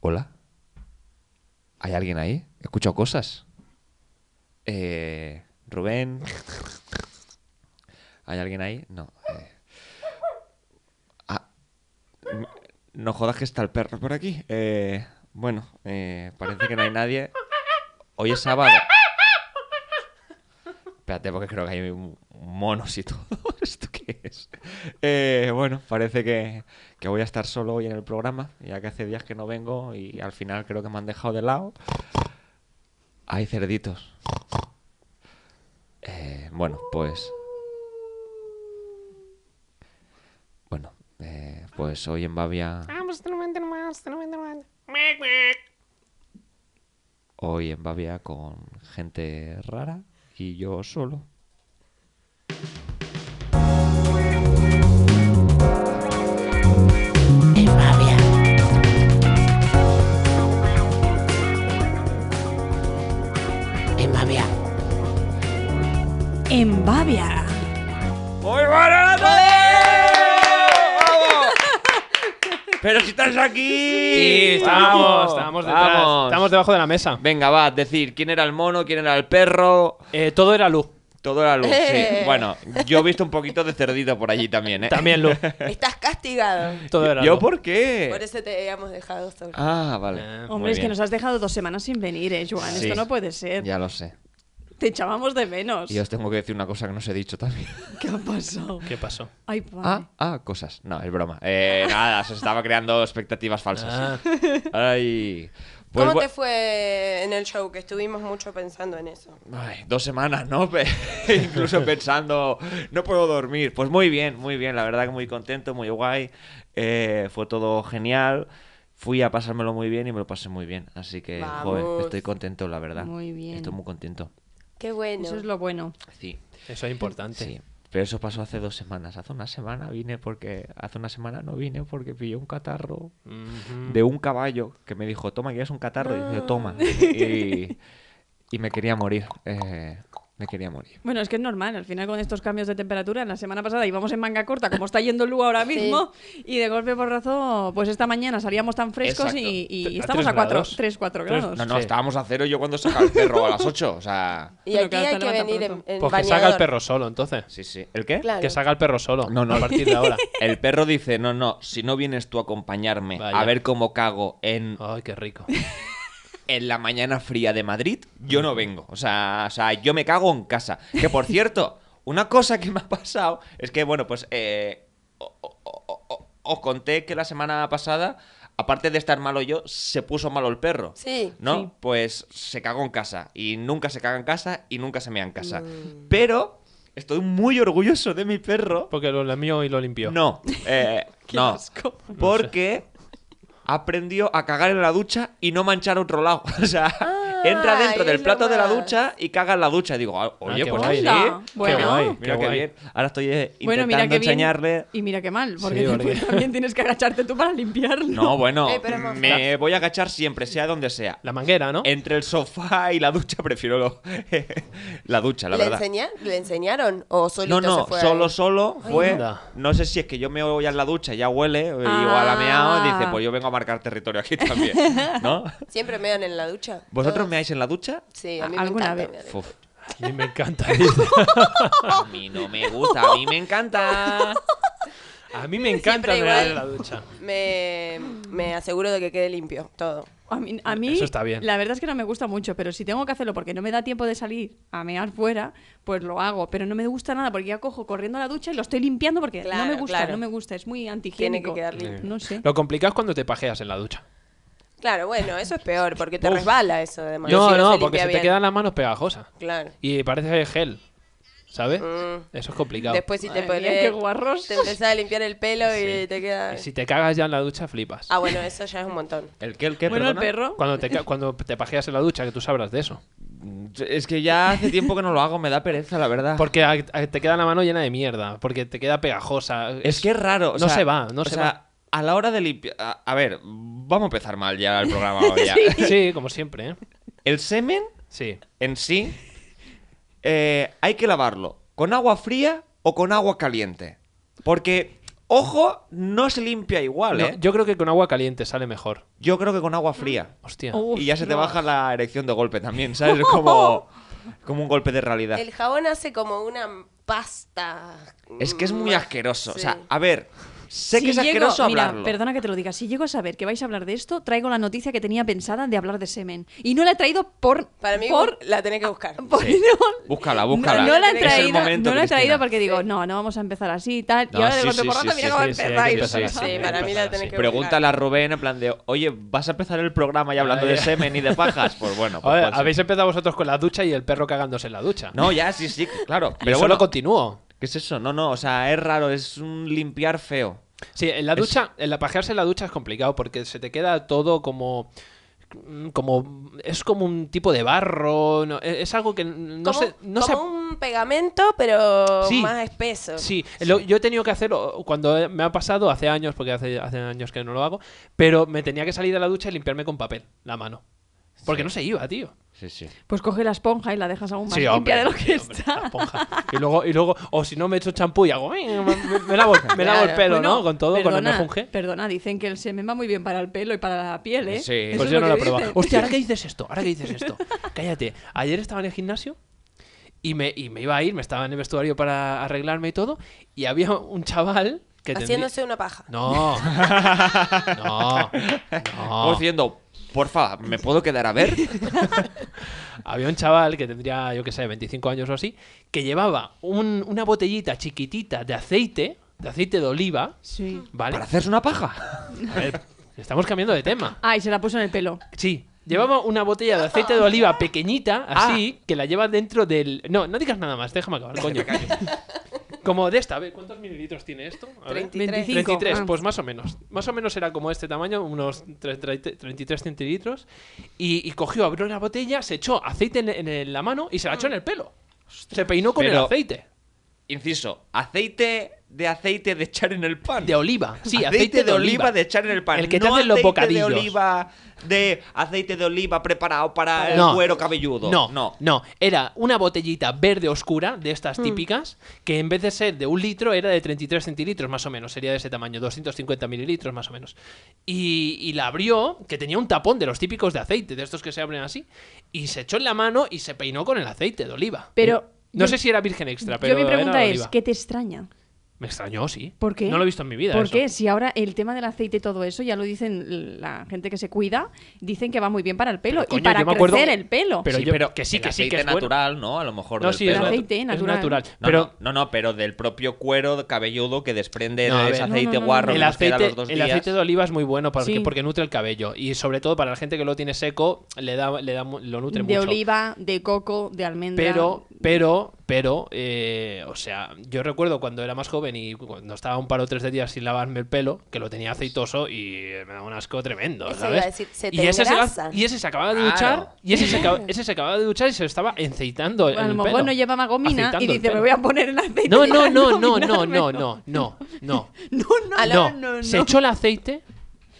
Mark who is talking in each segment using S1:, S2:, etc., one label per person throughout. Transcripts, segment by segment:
S1: hola, ¿hay alguien ahí? He escuchado cosas. Eh, Rubén, ¿hay alguien ahí? No. eh. Ah, n- no jodas que está el perro por aquí. Eh, bueno, eh, parece que no hay nadie. Hoy es sábado. Espérate, porque creo que hay un- monos y todo. ¿Esto qué es? Eh, bueno, parece que, que voy a estar solo hoy en el programa, ya que hace días que no vengo y al final creo que me han dejado de lado. Hay cerditos. Eh, bueno, pues. Bueno, eh, pues hoy en Bavia. Hoy en Bavia con gente rara y yo solo.
S2: En Bavia.
S1: ¡Muy buenas Pero si estás aquí.
S3: Sí, estábamos, estábamos detrás. Estábamos debajo de la mesa.
S1: Venga, va, decir quién era el mono, quién era el perro.
S3: Eh, todo era luz.
S1: Todo era luz,
S4: Eh.
S1: sí. Bueno, yo he visto un poquito de cerdito por allí también, ¿eh?
S3: También luz.
S4: Estás castigado.
S3: Todo era
S1: ¿Yo
S3: luz.
S1: por qué?
S4: Por eso te habíamos dejado solo.
S1: Ah, vale.
S3: Eh,
S1: Muy
S2: Hombre, es que
S1: bien.
S2: nos has dejado dos semanas sin venir, eh, Joan.
S1: Sí.
S2: Esto no puede ser.
S1: Ya lo sé.
S2: Te echábamos de menos.
S1: Y os tengo que decir una cosa que no os he dicho también.
S2: ¿Qué ha pasado?
S3: ¿Qué pasó?
S2: Ay, padre.
S1: Ah, ah, cosas. No, es broma. Eh, nada, se os estaba creando expectativas falsas.
S3: Ah,
S1: Ay. Pues
S4: ¿Cómo
S1: bu-
S4: te fue en el show? Que estuvimos mucho pensando en eso.
S1: Ay, dos semanas, ¿no? Pe- Incluso pensando, no puedo dormir. Pues muy bien, muy bien, la verdad que muy contento, muy guay. Eh, fue todo genial. Fui a pasármelo muy bien y me lo pasé muy bien. Así que, joder,
S4: Vamos.
S1: estoy contento, la verdad.
S2: Muy bien.
S1: Estoy muy contento.
S4: Qué bueno.
S2: Eso es lo bueno.
S1: Sí,
S3: eso es importante.
S1: sí. Pero eso pasó hace dos semanas. Hace una semana vine porque. Hace una semana no vine porque pillé un catarro
S3: Mhm.
S1: de un caballo que me dijo, toma, ¿quieres un catarro? Y yo,
S2: Ah.
S1: toma. Y, y me quería morir. eh, me quería morir.
S2: Bueno, es que es normal, al final con estos cambios de temperatura, la semana pasada íbamos en manga corta, como está yendo Lu ahora mismo, y de golpe porrazo, pues esta mañana salíamos tan frescos y,
S1: Exacto.
S2: y
S3: Tre- a
S2: estamos
S3: tres
S2: a 4,
S3: grados.
S2: 3, 4
S3: Tres-
S2: grados.
S1: No, no,
S3: Sí.
S1: estábamos a cero yo cuando saca el perro a las 8. O sea.
S4: Y
S2: Bueno,
S4: aquí
S2: claro,
S4: hay
S2: te
S4: que
S2: levanta
S4: venir en,
S2: pronto.
S4: en
S3: Pues que
S4: bañador.
S3: salga el perro solo, entonces.
S1: Sí, sí. ¿El qué?
S4: Claro.
S3: Que salga el perro solo.
S1: No, no,
S3: A
S1: no.
S3: partir de ahora.
S1: El perro dice: No, no, si no vienes tú a acompañarme
S3: Vaya.
S1: a ver cómo cago en,
S3: Ay, qué rico.
S1: en la mañana fría de Madrid, yo no vengo. O sea, o sea, yo me cago en casa. Que por cierto, una cosa que me ha pasado es que, bueno, pues eh, o- o- o- o- os conté que la semana pasada, aparte de estar malo yo, se puso malo el perro.
S4: Sí.
S1: ¿no?
S2: Sí.
S1: Pues se cagó en casa. Y nunca se caga en casa y nunca se mea en casa.
S2: Mm.
S1: Pero estoy muy orgulloso de mi perro.
S3: Porque lo lamió y lo limpió.
S1: No, eh,
S2: Qué
S1: no.
S2: asco.
S1: Porque aprendió a cagar en la ducha y no manchar otro lado. O sea,
S2: Ah,
S1: entra dentro
S4: es
S1: del
S4: lo
S1: plato de la
S4: más.
S1: ducha y caga en la ducha. Digo, ah,
S3: Ah,
S1: oye,
S3: qué
S1: pues
S3: guay.
S1: sí.
S2: Anda, bueno.
S3: Qué guay,
S1: Mira
S3: qué
S1: qué
S3: guay.
S1: bien. Ahora estoy eh, intentando
S2: Bueno, mira qué bien.
S1: enseñarle.
S2: Y mira qué mal, porque
S3: Sí,
S2: después
S3: porque-
S2: también tienes que agacharte tú para limpiarlo.
S1: No, bueno,
S4: Eh, pero hemos-
S1: me voy a agachar siempre, sea donde sea.
S3: La manguera, ¿no?
S1: Entre el sofá y la ducha prefiero lo- la ducha, la
S4: ¿Le,
S1: verdad.
S4: enseña- ¿Le enseñaron? ¿O solito
S1: No, no,
S4: se fue?
S1: solo, solo fue.
S3: Anda.
S1: No sé si es que yo me voy a la ducha, ya huele, o
S2: Ah.
S1: igual ha meado, y dice, pues yo vengo a marcar territorio aquí también, ¿no?
S4: ¿Siempre mean en la ducha?
S1: ¿Vosotros
S4: Todos.
S1: meáis en la ducha?
S4: Sí, a mí
S2: ¿Alguna
S4: me encanta.
S2: vez?
S4: mear en-
S1: Fuf.
S3: A mí me encanta. dice.
S1: A mí no me gusta, a mí me encanta.
S3: A mí me encanta
S4: Siempre
S3: mear en
S4: igual.
S3: la ducha.
S4: Me, me aseguro de que quede limpio todo.
S2: A mí, a mí,
S3: Eso está bien.
S2: la verdad es que no me gusta mucho, pero si tengo que hacerlo porque no me da tiempo de salir a mear fuera, pues lo hago. Pero no me gusta nada porque ya cojo corriendo a la ducha y lo estoy limpiando porque no
S4: Claro,
S2: me gusta,
S4: claro.
S2: no me gusta, es muy
S4: Tiene que
S2: antihigiénico.
S4: quedar limpio.
S2: No sé.
S3: Lo complicado es cuando te pajeas en la ducha.
S4: Claro, bueno, eso es peor, porque te
S3: Uf.
S4: resbala eso además.
S3: No,
S4: si
S3: no,
S4: se
S3: porque
S4: limpia
S3: se
S4: bien.
S3: te quedan las manos pegajosas.
S4: Claro.
S3: Y parece gel, ¿sabes?
S4: Mm.
S3: Eso es complicado.
S4: Después si te
S2: Madre mía,
S4: pones...
S2: qué guarros.
S4: Te empezás a limpiar el pelo y
S3: Sí.
S4: te queda...
S3: Y si te cagas ya en la ducha, flipas.
S4: Ah, bueno, eso ya es un montón.
S1: ¿El qué, el qué,
S2: Bueno, el
S1: perdona?
S2: perro.
S3: Cuando te, ca- cuando te pajeas en la ducha, que tú sabrás de eso.
S1: Es que ya hace tiempo que no lo hago, me da pereza, la verdad.
S3: Porque a- a- te queda la mano llena de mierda, porque te queda pegajosa.
S1: Es que es raro. o
S3: No
S1: sea,
S3: se va, no
S1: o
S3: se
S1: sea,
S3: va.
S1: A la hora de limpiar... A, a ver, vamos a empezar mal ya el programa. hoy ya.
S3: Sí, como siempre, ¿eh?
S1: El semen
S3: Sí.
S1: en sí, eh, hay que lavarlo con agua fría o con agua caliente. Porque Ojo, no se limpia igual,
S3: No,
S1: ¿eh?
S3: yo creo que con agua caliente sale mejor.
S1: Yo creo que con agua fría.
S3: Hostia.
S2: Uf,
S1: y ya se te
S2: no.
S1: baja la erección de golpe también, ¿sabes? Es Como, como un golpe de realidad.
S4: El jabón hace como una pasta.
S1: Es que es muy
S4: Más-
S1: asqueroso.
S4: sí.
S1: O sea, a ver, sé que es
S2: llego-
S1: asqueroso
S2: mira,
S1: hablarlo.
S2: perdona que te lo diga. Si llego a saber que vais a hablar de esto, traigo la noticia que tenía pensada de hablar de semen. Y no la he traído por.
S4: Para mí
S2: por- Ah,
S4: la tenés que buscar.
S2: por-
S1: Sí.
S2: no-
S1: Búscala, búscala.
S2: No, no la he
S4: Es el
S2: traído,
S1: momento,
S2: no la he
S1: Cristina.
S2: traído porque digo,
S4: Sí.
S2: no, no vamos a empezar así y tal.
S1: No,
S2: y ahora de
S1: sí,
S2: golpe
S1: sí,
S2: por
S1: sí,
S2: rato,
S1: sí,
S2: mira
S1: sí,
S2: cómo
S3: sí, sí, hay que
S2: empezáis.
S3: empezar así,
S4: Sí,
S3: hay que
S4: para mí
S3: empezar
S4: la tenés
S3: así.
S4: que-
S1: Pregúntale a Rubén en plan de, oye, ¿vas a empezar el programa y hablando de
S3: Ay.
S1: semen y de pajas? Pues bueno.
S3: A
S1: pues
S3: ver,
S1: puede ser.
S3: habéis empezado vosotros con la ducha y el perro cagándose en la ducha.
S1: No, ya, sí, sí, claro.
S3: pero
S1: Pero
S3: solo
S1: bueno,
S3: continúo.
S1: ¿qué es eso? No, no, o sea, es raro, es un limpiar feo.
S3: Sí, en la
S1: Es-
S3: ducha, en la pajearse en la ducha es complicado porque se te queda todo como como es como un tipo de barro, no, E, es, es algo que no
S4: como
S3: sé, no
S4: como
S3: sé.
S4: un pegamento, pero
S3: Sí.
S4: más espeso.
S3: Sí, lo- yo he tenido que hacer cuando he- me ha pasado hace años porque hace, hace años que no lo hago, pero me tenía que salir de la ducha y limpiarme con papel la mano. Porque no se iba, tío.
S1: Sí, sí.
S2: Pues coge la esponja y la dejas aún más limpia de lo que
S3: sí, hombre, la
S2: está.
S3: esponja. Y luego, y luego, o si no me echo champú y hago, "Ay, me, me lavo, me lavo el
S4: Claro.
S3: pelo,
S2: Bueno,
S3: ¿no? Con todo, con el
S2: perdona,
S3: mejunje.
S2: Perdona, dicen que el semen va muy bien para el pelo y para la piel, ¿eh?
S1: Sí.
S2: Eso
S3: Pues
S2: es
S3: yo no lo
S2: que
S3: he probado.
S2: dicen.
S3: Hostia, ahora que dices esto, ahora que dices esto. Cállate. Ayer estaba en el gimnasio y me, y me iba a ir, me estaba en el vestuario para arreglarme y todo. Y había un chaval que tendría-
S4: Haciéndose una paja.
S3: No. No.
S1: Como
S3: No.
S1: diciendo, porfa, ¿me puedo quedar a ver?
S3: Había un chaval que tendría, yo qué sé, 25 años o así, que llevaba un- una botellita chiquitita de aceite, de aceite de oliva,
S2: Sí.
S3: ¿vale?
S1: ¿Para hacerse una paja?
S3: A ver, estamos cambiando de tema.
S2: Ay, Ah, se la puso en el pelo.
S3: Sí. Llevaba una botella de aceite de oliva pequeñita,
S1: Ah.
S3: así, que la lleva dentro del... No, no digas nada más, déjame acabar, coño. Como de esta, a ver, ¿cuántos mililitros tiene esto? A ver.
S4: 33.
S2: 25.
S3: 33,
S2: Ah.
S3: pues más o menos. Más o menos era como este tamaño, unos tre- tre- 33 centilitros. Y, y cogió, abrió la botella, se echó aceite en, en el- la mano y se la echó en el pelo. Se peinó con el
S1: Pero-
S3: aceite.
S1: Inciso, aceite de aceite de echar en el pan.
S3: De oliva. Sí, aceite,
S1: aceite, de, oliva. de echar en el pan.
S3: El que te
S1: no
S3: hacen los
S1: aceite
S3: bocadillos.
S1: De oliva, de aceite de oliva preparado para el
S3: No.
S1: cuero cabelludo.
S3: No,
S1: no.
S3: no, Era una botellita verde oscura, de estas
S2: Mm.
S3: típicas, que en vez de ser de un litro, era de 33 centilitros, más o menos. Sería de ese tamaño, 250 mililitros, más o menos. Y, y la abrió, que tenía un tapón de los típicos de aceite, de estos que se abren así, y se echó en la mano y se peinó con el aceite de oliva. Eh,
S2: Pero-
S3: No
S2: yo-
S3: sé si era virgen extra, pero.
S2: yo mi
S3: era de
S2: pregunta es,
S3: oliva.
S2: ¿qué te extraña?
S3: Me extrañó, sí.
S2: ¿Por qué?
S3: No lo he visto en mi vida.
S2: ¿Por
S3: eso.
S2: qué? Si ahora el tema del aceite y todo eso, ya lo dicen la gente que se cuida, dicen que va muy bien para el pelo
S3: Pero, coño,
S2: y para
S3: yo me
S2: crecer
S3: acuerdo-
S2: el pelo.
S3: Pero
S1: Sí,
S3: yo- que sí,
S1: el
S3: que sí,
S1: aceite
S3: que es bueno.
S1: natural, ¿no? A lo mejor
S3: No,
S1: del
S3: sí, es,
S1: pelo.
S2: El
S3: natu-
S2: aceite
S3: es
S2: natural.
S3: natural.
S1: No,
S3: pero
S1: no, no, no, pero del propio cuero cabelludo que desprende
S3: No, a
S1: de
S3: ver.
S1: ese
S3: No, no,
S1: aceite
S2: no, no,
S1: guarro
S2: no.
S1: que
S3: el
S1: nos queda
S3: aceite,
S1: los dos
S3: el
S1: días.
S3: aceite de oliva es muy bueno porque,
S2: Sí.
S3: porque nutre el cabello y sobre todo para la gente que lo tiene seco le da, le da mu- lo nutre
S2: de
S3: mucho.
S2: oliva, de coco, de almendra.
S3: Pero, pero, pero, eh, o sea, yo recuerdo cuando era más joven y cuando estaba un par o tres de días sin lavarme el pelo, que lo tenía aceitoso y me daba un asco tremendo,
S4: Eso
S3: ¿sabes?
S4: iba a decir, se te
S3: y, ese se,
S4: engrasa.
S3: ga- y ese se acababa de
S1: Claro.
S3: duchar y ese se, acaba- ese se acababa de duchar y se estaba enceitando el
S2: a lo mejor
S3: pelo.
S2: no lleva magomina y
S3: Aceitando el
S2: dice, me
S3: pelo.
S2: voy a poner el aceite.
S3: No, no,
S2: para
S3: no, no, no,
S2: dominarme".
S3: no, no, no, no.
S2: No, no,
S3: No,
S4: A la-
S2: Ah, no, no.
S3: se echó el aceite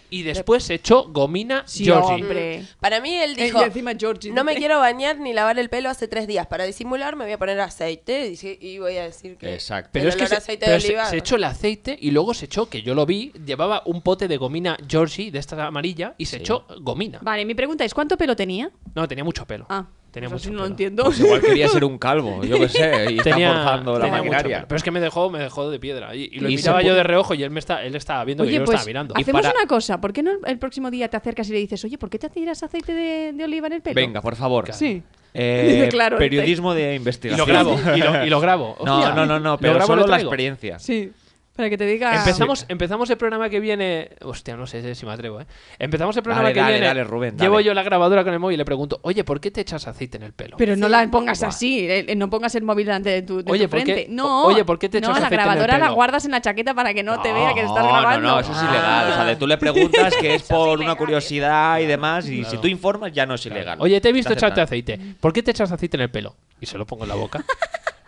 S3: y después se echó gomina
S2: Sí,
S3: Georgie.
S2: hombre.
S4: Mm. Para mí él
S2: Eh,
S4: dijo,
S2: y encima Georgie,
S4: no me
S2: dice.
S4: quiero bañar ni lavar el pelo hace tres días. Para disimular me voy a poner aceite y, sí- y voy a decir que...
S1: Exacto.
S3: Pero
S4: el
S3: es que
S4: olor
S3: se,
S4: a aceite
S3: pero
S4: de
S3: se-
S4: oliva.
S3: se echó el aceite y luego se echó, que yo lo vi, llevaba un pote de gomina Georgie, de esta amarilla, y se
S1: Sí.
S3: echó gomina.
S2: Vale, mi pregunta es, ¿cuánto pelo tenía?
S3: No, tenía mucho pelo.
S2: Ah,
S3: tenía
S2: pues
S3: mucho
S2: así no
S3: pelo.
S2: lo entiendo.
S1: Pues igual quería ser un calvo, yo qué sé, y
S3: Tenía-
S1: está forzando la
S3: tenía mucho
S1: maquinaria.
S3: pelo. Pero es que me dejó, me dejó de piedra. Y, y lo
S1: Y
S3: miraba
S1: se-
S3: yo de reojo y él me está, él estaba viendo que
S2: Oye,
S3: yo lo
S2: pues
S3: estaba mirando.
S2: hacemos
S1: para-
S2: una cosa. ¿Por qué no el próximo día te acercas y le dices, oye, ¿por qué te tiras aceite de, de oliva en el pelo?
S1: Venga, por favor.
S2: Sí.
S1: Eh,
S2: Claro,
S1: periodismo de
S3: Y
S1: investigación.
S3: lo grabo, y lo, y lo grabo.
S1: No,
S3: Hostia.
S1: no, no, no,
S3: Lo
S1: pero
S3: grabo y
S1: solo
S3: lo
S1: la
S3: traigo.
S1: experiencia.
S2: Sí, para que te diga...
S3: Empezamos, empezamos el programa que viene. Hostia, no sé si me atrevo, ¿eh? Empezamos el programa
S1: Dale,
S3: que
S1: dale,
S3: viene.
S1: dale, Rubén,
S3: Llevo
S1: dale.
S3: yo la grabadora con el móvil y le pregunto, oye, ¿por qué te echas aceite en el pelo?
S2: Pero no
S4: Sí.
S2: la pongas
S3: Buah.
S2: así, eh, eh, no pongas el móvil delante de tu, de
S3: Oye,
S2: tu
S3: ¿por qué-
S2: frente. No,
S3: oye, ¿por qué te
S2: no,
S3: echas
S2: la
S3: aceite en el
S2: grabadora la
S3: pelo?
S2: guardas en la chaqueta para que no, te vea que estás
S1: no,
S2: grabando.
S1: No, no, eso es
S3: Ah.
S1: ilegal. O sea, de tú le preguntas que es
S4: Eso es
S1: por una
S4: ilegal.
S1: curiosidad y demás, y si tú informas ya no es ilegal.
S3: Oye, te he visto
S1: Te aceptan.
S3: echarte aceite. ¿Por qué te echas aceite en el pelo? Y se lo pongo en la boca.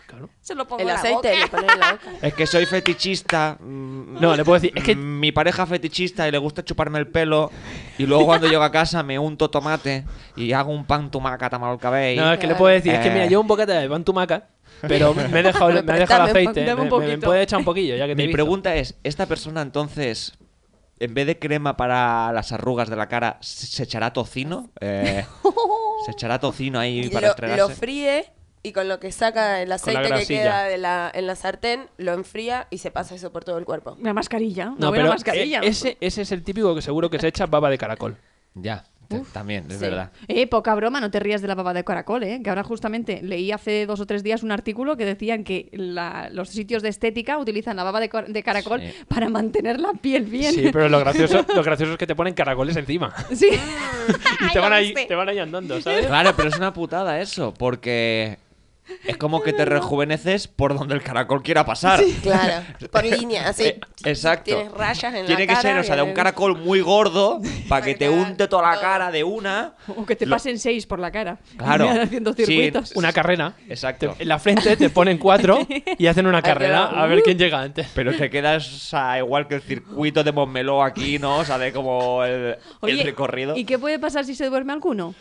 S3: Claro.
S2: Se lo pongo
S4: El
S2: en la
S4: aceite
S2: boca.
S4: le ponen en la boca.
S1: Es que soy fetichista. mm,
S3: No, le puedo decir, es que-
S1: mm, Mi pareja es fetichista y le gusta chuparme el pelo. Y luego cuando llego a casa me unto tomate y hago un pan tumaca tamal cabello.
S3: No, es que le puedo decir, es que
S1: Eh.
S3: mira, yo un bocata de pan tumaca Pero me he dejado, me ha dejado el
S4: Apretame,
S3: aceite.
S2: dame un
S3: me- me- me
S2: poquito.
S3: puede echar un poquillo, ya que te he
S1: Mi
S3: visto.
S1: pregunta es, ¿esta persona entonces, en vez de crema para las arrugas de la cara, se se echará tocino? Eh, ¿Se echará tocino ahí para
S4: lo,
S1: estrenarse?
S4: lo fríe y con lo que saca el aceite que
S3: grasilla.
S4: queda de la, en la sartén, lo enfría y se pasa eso por todo el cuerpo.
S2: Una mascarilla.
S3: No,
S2: No,
S3: pero
S2: mascarilla.
S3: e- ese, ese es el típico que seguro que se echa baba de caracol.
S1: Ya, t- también, es
S4: sí.
S1: verdad.
S2: Eh, poca broma, no te rías de la baba de caracol, ¿eh? que ahora justamente leí hace dos o tres días un artículo que decían que la- los sitios de estética utilizan la baba de, cor- de caracol
S1: Sí.
S2: para mantener la piel bien.
S3: Sí, pero lo gracioso, lo gracioso es que te ponen caracoles encima.
S2: Sí.
S3: Y te
S2: Ah, Ya
S3: van ahí,
S2: viste.
S3: te van ahí andando, ¿sabes?
S1: Claro, pero es una putada eso, porque es como que te rejuveneces por donde el caracol quiera pasar.
S4: Claro, por línea, así.
S1: Eh, exacto.
S4: Tienes rayas en
S1: Tiene
S4: la cara.
S1: que ser, o
S4: y
S1: sea, de
S4: en
S1: un
S4: el-
S1: caracol muy gordo para
S4: Para
S1: que
S4: que
S1: te
S4: haga
S1: unte toda la
S4: todo.
S1: cara de una.
S2: O que te
S1: Lo-
S2: pasen seis por la cara.
S1: Claro.
S2: Y vayan haciendo
S1: Sí.
S2: circuitos.
S3: Una carrera.
S1: Exacto.
S3: En la frente te ponen cuatro y hacen una carrera
S4: queda-
S3: a ver quién llega antes.
S1: Pero te quedas o sea, igual que el circuito de Montmeló aquí, ¿no? O sea, de como el, el
S2: Oye,
S1: recorrido.
S2: ¿Y qué puede pasar si se duerme alguno?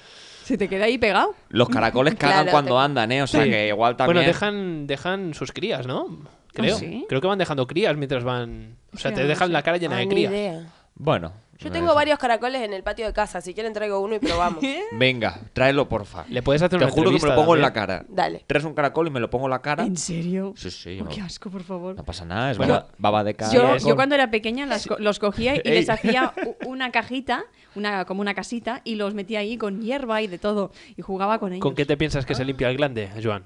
S2: Se te queda ahí pegado.
S1: Los caracoles cagan
S4: Claro,
S1: cuando
S4: te-
S1: andan, ¿eh? O sea,
S3: Sí.
S1: que igual también... Ah,
S3: Bueno, dejan, dejan sus crías, ¿no? Creo.
S2: sí?
S3: Creo que van dejando crías mientras van. O sea,
S2: Sí,
S3: te
S2: no
S3: dejan
S2: sé.
S3: la cara llena
S4: Ah,
S3: de
S4: ni
S3: crías.
S4: idea.
S1: Bueno.
S4: Yo
S1: no
S4: tengo
S1: es-
S4: varios caracoles en el patio de casa. Si quieren, traigo uno y probamos.
S1: Venga, tráelo, porfa.
S3: Le puedes hacer
S1: Te
S3: una
S1: juro que me lo
S3: entrevista
S1: pongo en la
S3: también.
S1: cara.
S4: Dale.
S1: Traes un caracol y me lo pongo en la cara.
S2: ¿En serio?
S1: Sí, sí,
S2: Oh,
S1: no.
S2: qué asco, por favor.
S1: No pasa nada, es
S3: Bueno,
S1: baba, baba de cara.
S2: Yo,
S3: es-
S2: yo cuando era pequeña las co- los cogía y
S1: Ey.
S2: les hacía u- una cajita, una, como una casita, y los metía ahí con hierba y de todo. Y jugaba con ellos.
S3: ¿Con qué te piensas que se limpia el glande, Joan?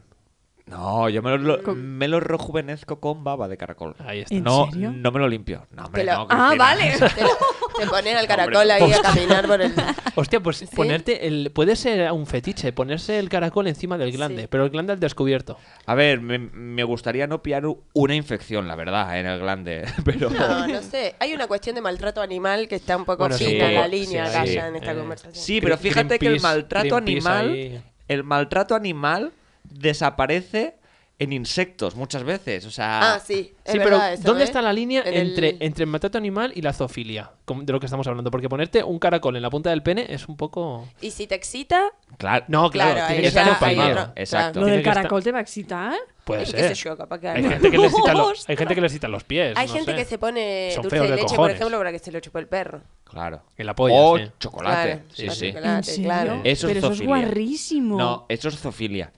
S1: No, yo me lo, me lo rejuvenezco con baba de caracol.
S3: Ahí está.
S2: ¿En
S1: No,
S2: serio?
S1: no me lo limpio. No, hombre,
S4: Te lo-
S1: no,
S2: Ah,
S1: Cristina.
S2: vale.
S4: Te, te ponen al caracol ahí a caminar por el.
S3: Hostia, pues ponerte el. Puede ser un fetiche, ponerse el caracol encima del glande,
S4: Sí.
S3: pero el glande al descubierto.
S1: A ver, me, me gustaría no pillar u- una infección, la verdad, en el glande. Pero.
S4: No, no sé. Hay una cuestión de maltrato animal que está un poco
S3: Bueno, sí,
S4: fina
S1: un poco,
S4: la línea
S1: sí,
S4: acá
S1: sí.
S4: ya en esta
S3: Eh,
S4: conversación.
S1: Sí, pero
S3: Gre-
S1: fíjate que el
S3: Greenpeace-
S1: maltrato
S3: Greenpeace
S1: animal.
S3: ahí.
S1: El maltrato animal desaparece en insectos muchas veces. O sea.
S4: Ah, sí. Es
S3: Sí, pero
S4: verdad eso,
S3: ¿dónde
S4: ¿eh?
S3: está la línea
S4: En el-
S3: entre, entre el maltrato animal y la zoofilia? Como- De lo que estamos hablando. Porque ponerte un caracol en la punta del pene es un poco.
S4: ¿Y si te excita?
S1: Claro.
S3: No, claro,
S4: Claro,
S3: tiene
S4: ahí
S3: que estar
S4: ya hay
S3: empalmado.
S4: otro-
S1: Exacto.
S2: ¿Lo
S3: Tiene
S2: del
S3: que estar-
S2: caracol te va a excitar?
S3: Puede
S4: Eh,
S3: ser.
S4: qué sé yo, capaz que
S3: Hay
S4: no.
S3: gente que le excita lo- hay
S2: Ostras.
S3: gente que le excita los pies.
S4: Hay
S3: no
S4: gente
S3: sé.
S4: que se pone
S3: Son
S4: dulce
S3: feos
S4: de
S3: de
S4: leche, por
S3: cojones.
S4: ejemplo, para que se lo chupe el perro.
S1: Claro.
S3: En la eh. polla,
S1: O
S3: sí.
S1: chocolate.
S4: Claro,
S1: sí,
S4: para
S1: sí.
S4: chocolate. Chocolate,
S2: ¿En serio?
S4: claro.
S1: Eso es
S2: Pero eso es
S1: zoofilia.
S2: guarrísimo.
S1: No, eso es zoofilia.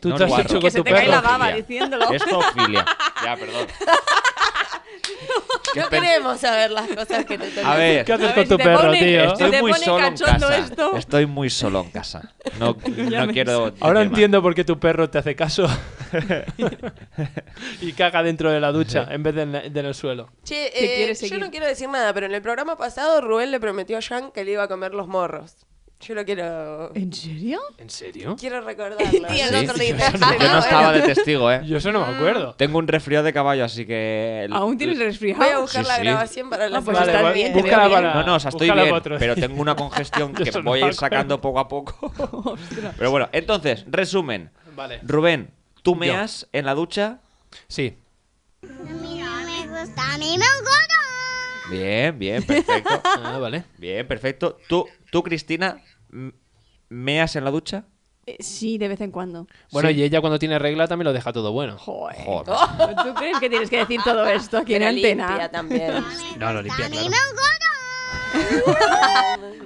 S3: Tú
S1: No
S3: te has
S1: es guarro.
S3: hecho con
S2: que se
S3: tu
S2: te cae
S3: perro.
S2: la baba
S1: Zoofilia.
S2: diciéndolo.
S1: Es zoofilia. Ya, perdón.
S4: No queremos saber las cosas que te tocan.
S1: A ver.
S3: ¿Qué haces
S2: A ver,
S3: con
S2: si
S3: tu
S2: te
S3: perro,
S2: pone-
S3: tío?
S2: Estoy-
S1: Estoy
S2: te
S1: muy
S2: pone
S1: solo en
S2: cachondo
S1: casa.
S2: esto.
S1: Estoy muy solo en casa. No,
S2: Ya
S1: no
S2: ves.
S1: quiero.
S3: Ahora
S1: decir más.
S3: entiendo por qué tu perro te hace caso y caga dentro de la ducha en vez de en, la- de en el suelo.
S4: Che,
S2: ¿Qué
S4: eh,
S2: quieres
S4: yo
S2: seguir?
S4: no quiero decir nada, pero en el programa pasado Rubén le prometió a Jean que le iba a comer los morros. Yo lo quiero...
S2: ¿En serio?
S3: ¿En serio?
S4: Quiero recordarlo.
S2: Y el
S1: Sí,
S2: otro
S1: sí,
S2: día.
S1: yo no- Yo no estaba de testigo, ¿eh?
S3: Yo eso no me acuerdo.
S1: Tengo un resfriado de caballo, así que.
S2: ¿Aún tienes resfriado?
S4: Voy a buscar
S1: Sí,
S4: la
S1: sí.
S4: grabación para la
S2: Ah, pues
S4: semana
S2: está
S4: que
S3: bu-
S2: bien,
S4: viene.
S3: búscala
S2: bien.
S3: para.
S1: No, no, o sea, estoy
S3: búscala
S1: bien,
S3: para otro
S1: pero
S3: día.
S1: tengo una congestión que
S3: Eso no
S1: voy a
S3: me
S1: ir sacando poco a poco. pero bueno, entonces, resumen.
S3: Vale.
S1: Rubén, tú meas en la ducha.
S3: Sí.
S5: Me gusta, a mí me gusta.
S1: Bien, bien, perfecto.
S3: Ah, vale.
S1: Bien, perfecto. Tú, tú Cristina, m- meas en la ducha.
S2: Eh, sí, de vez en cuando.
S3: Bueno, y ella cuando tiene regla también lo deja todo bueno.
S2: Joder.
S1: Joder.
S2: ¿Tú crees que tienes que decir todo esto aquí en
S4: Pero
S2: antena?
S4: limpia también.
S3: No, no, limpia,
S5: A mí
S3: claro.
S5: me gusta.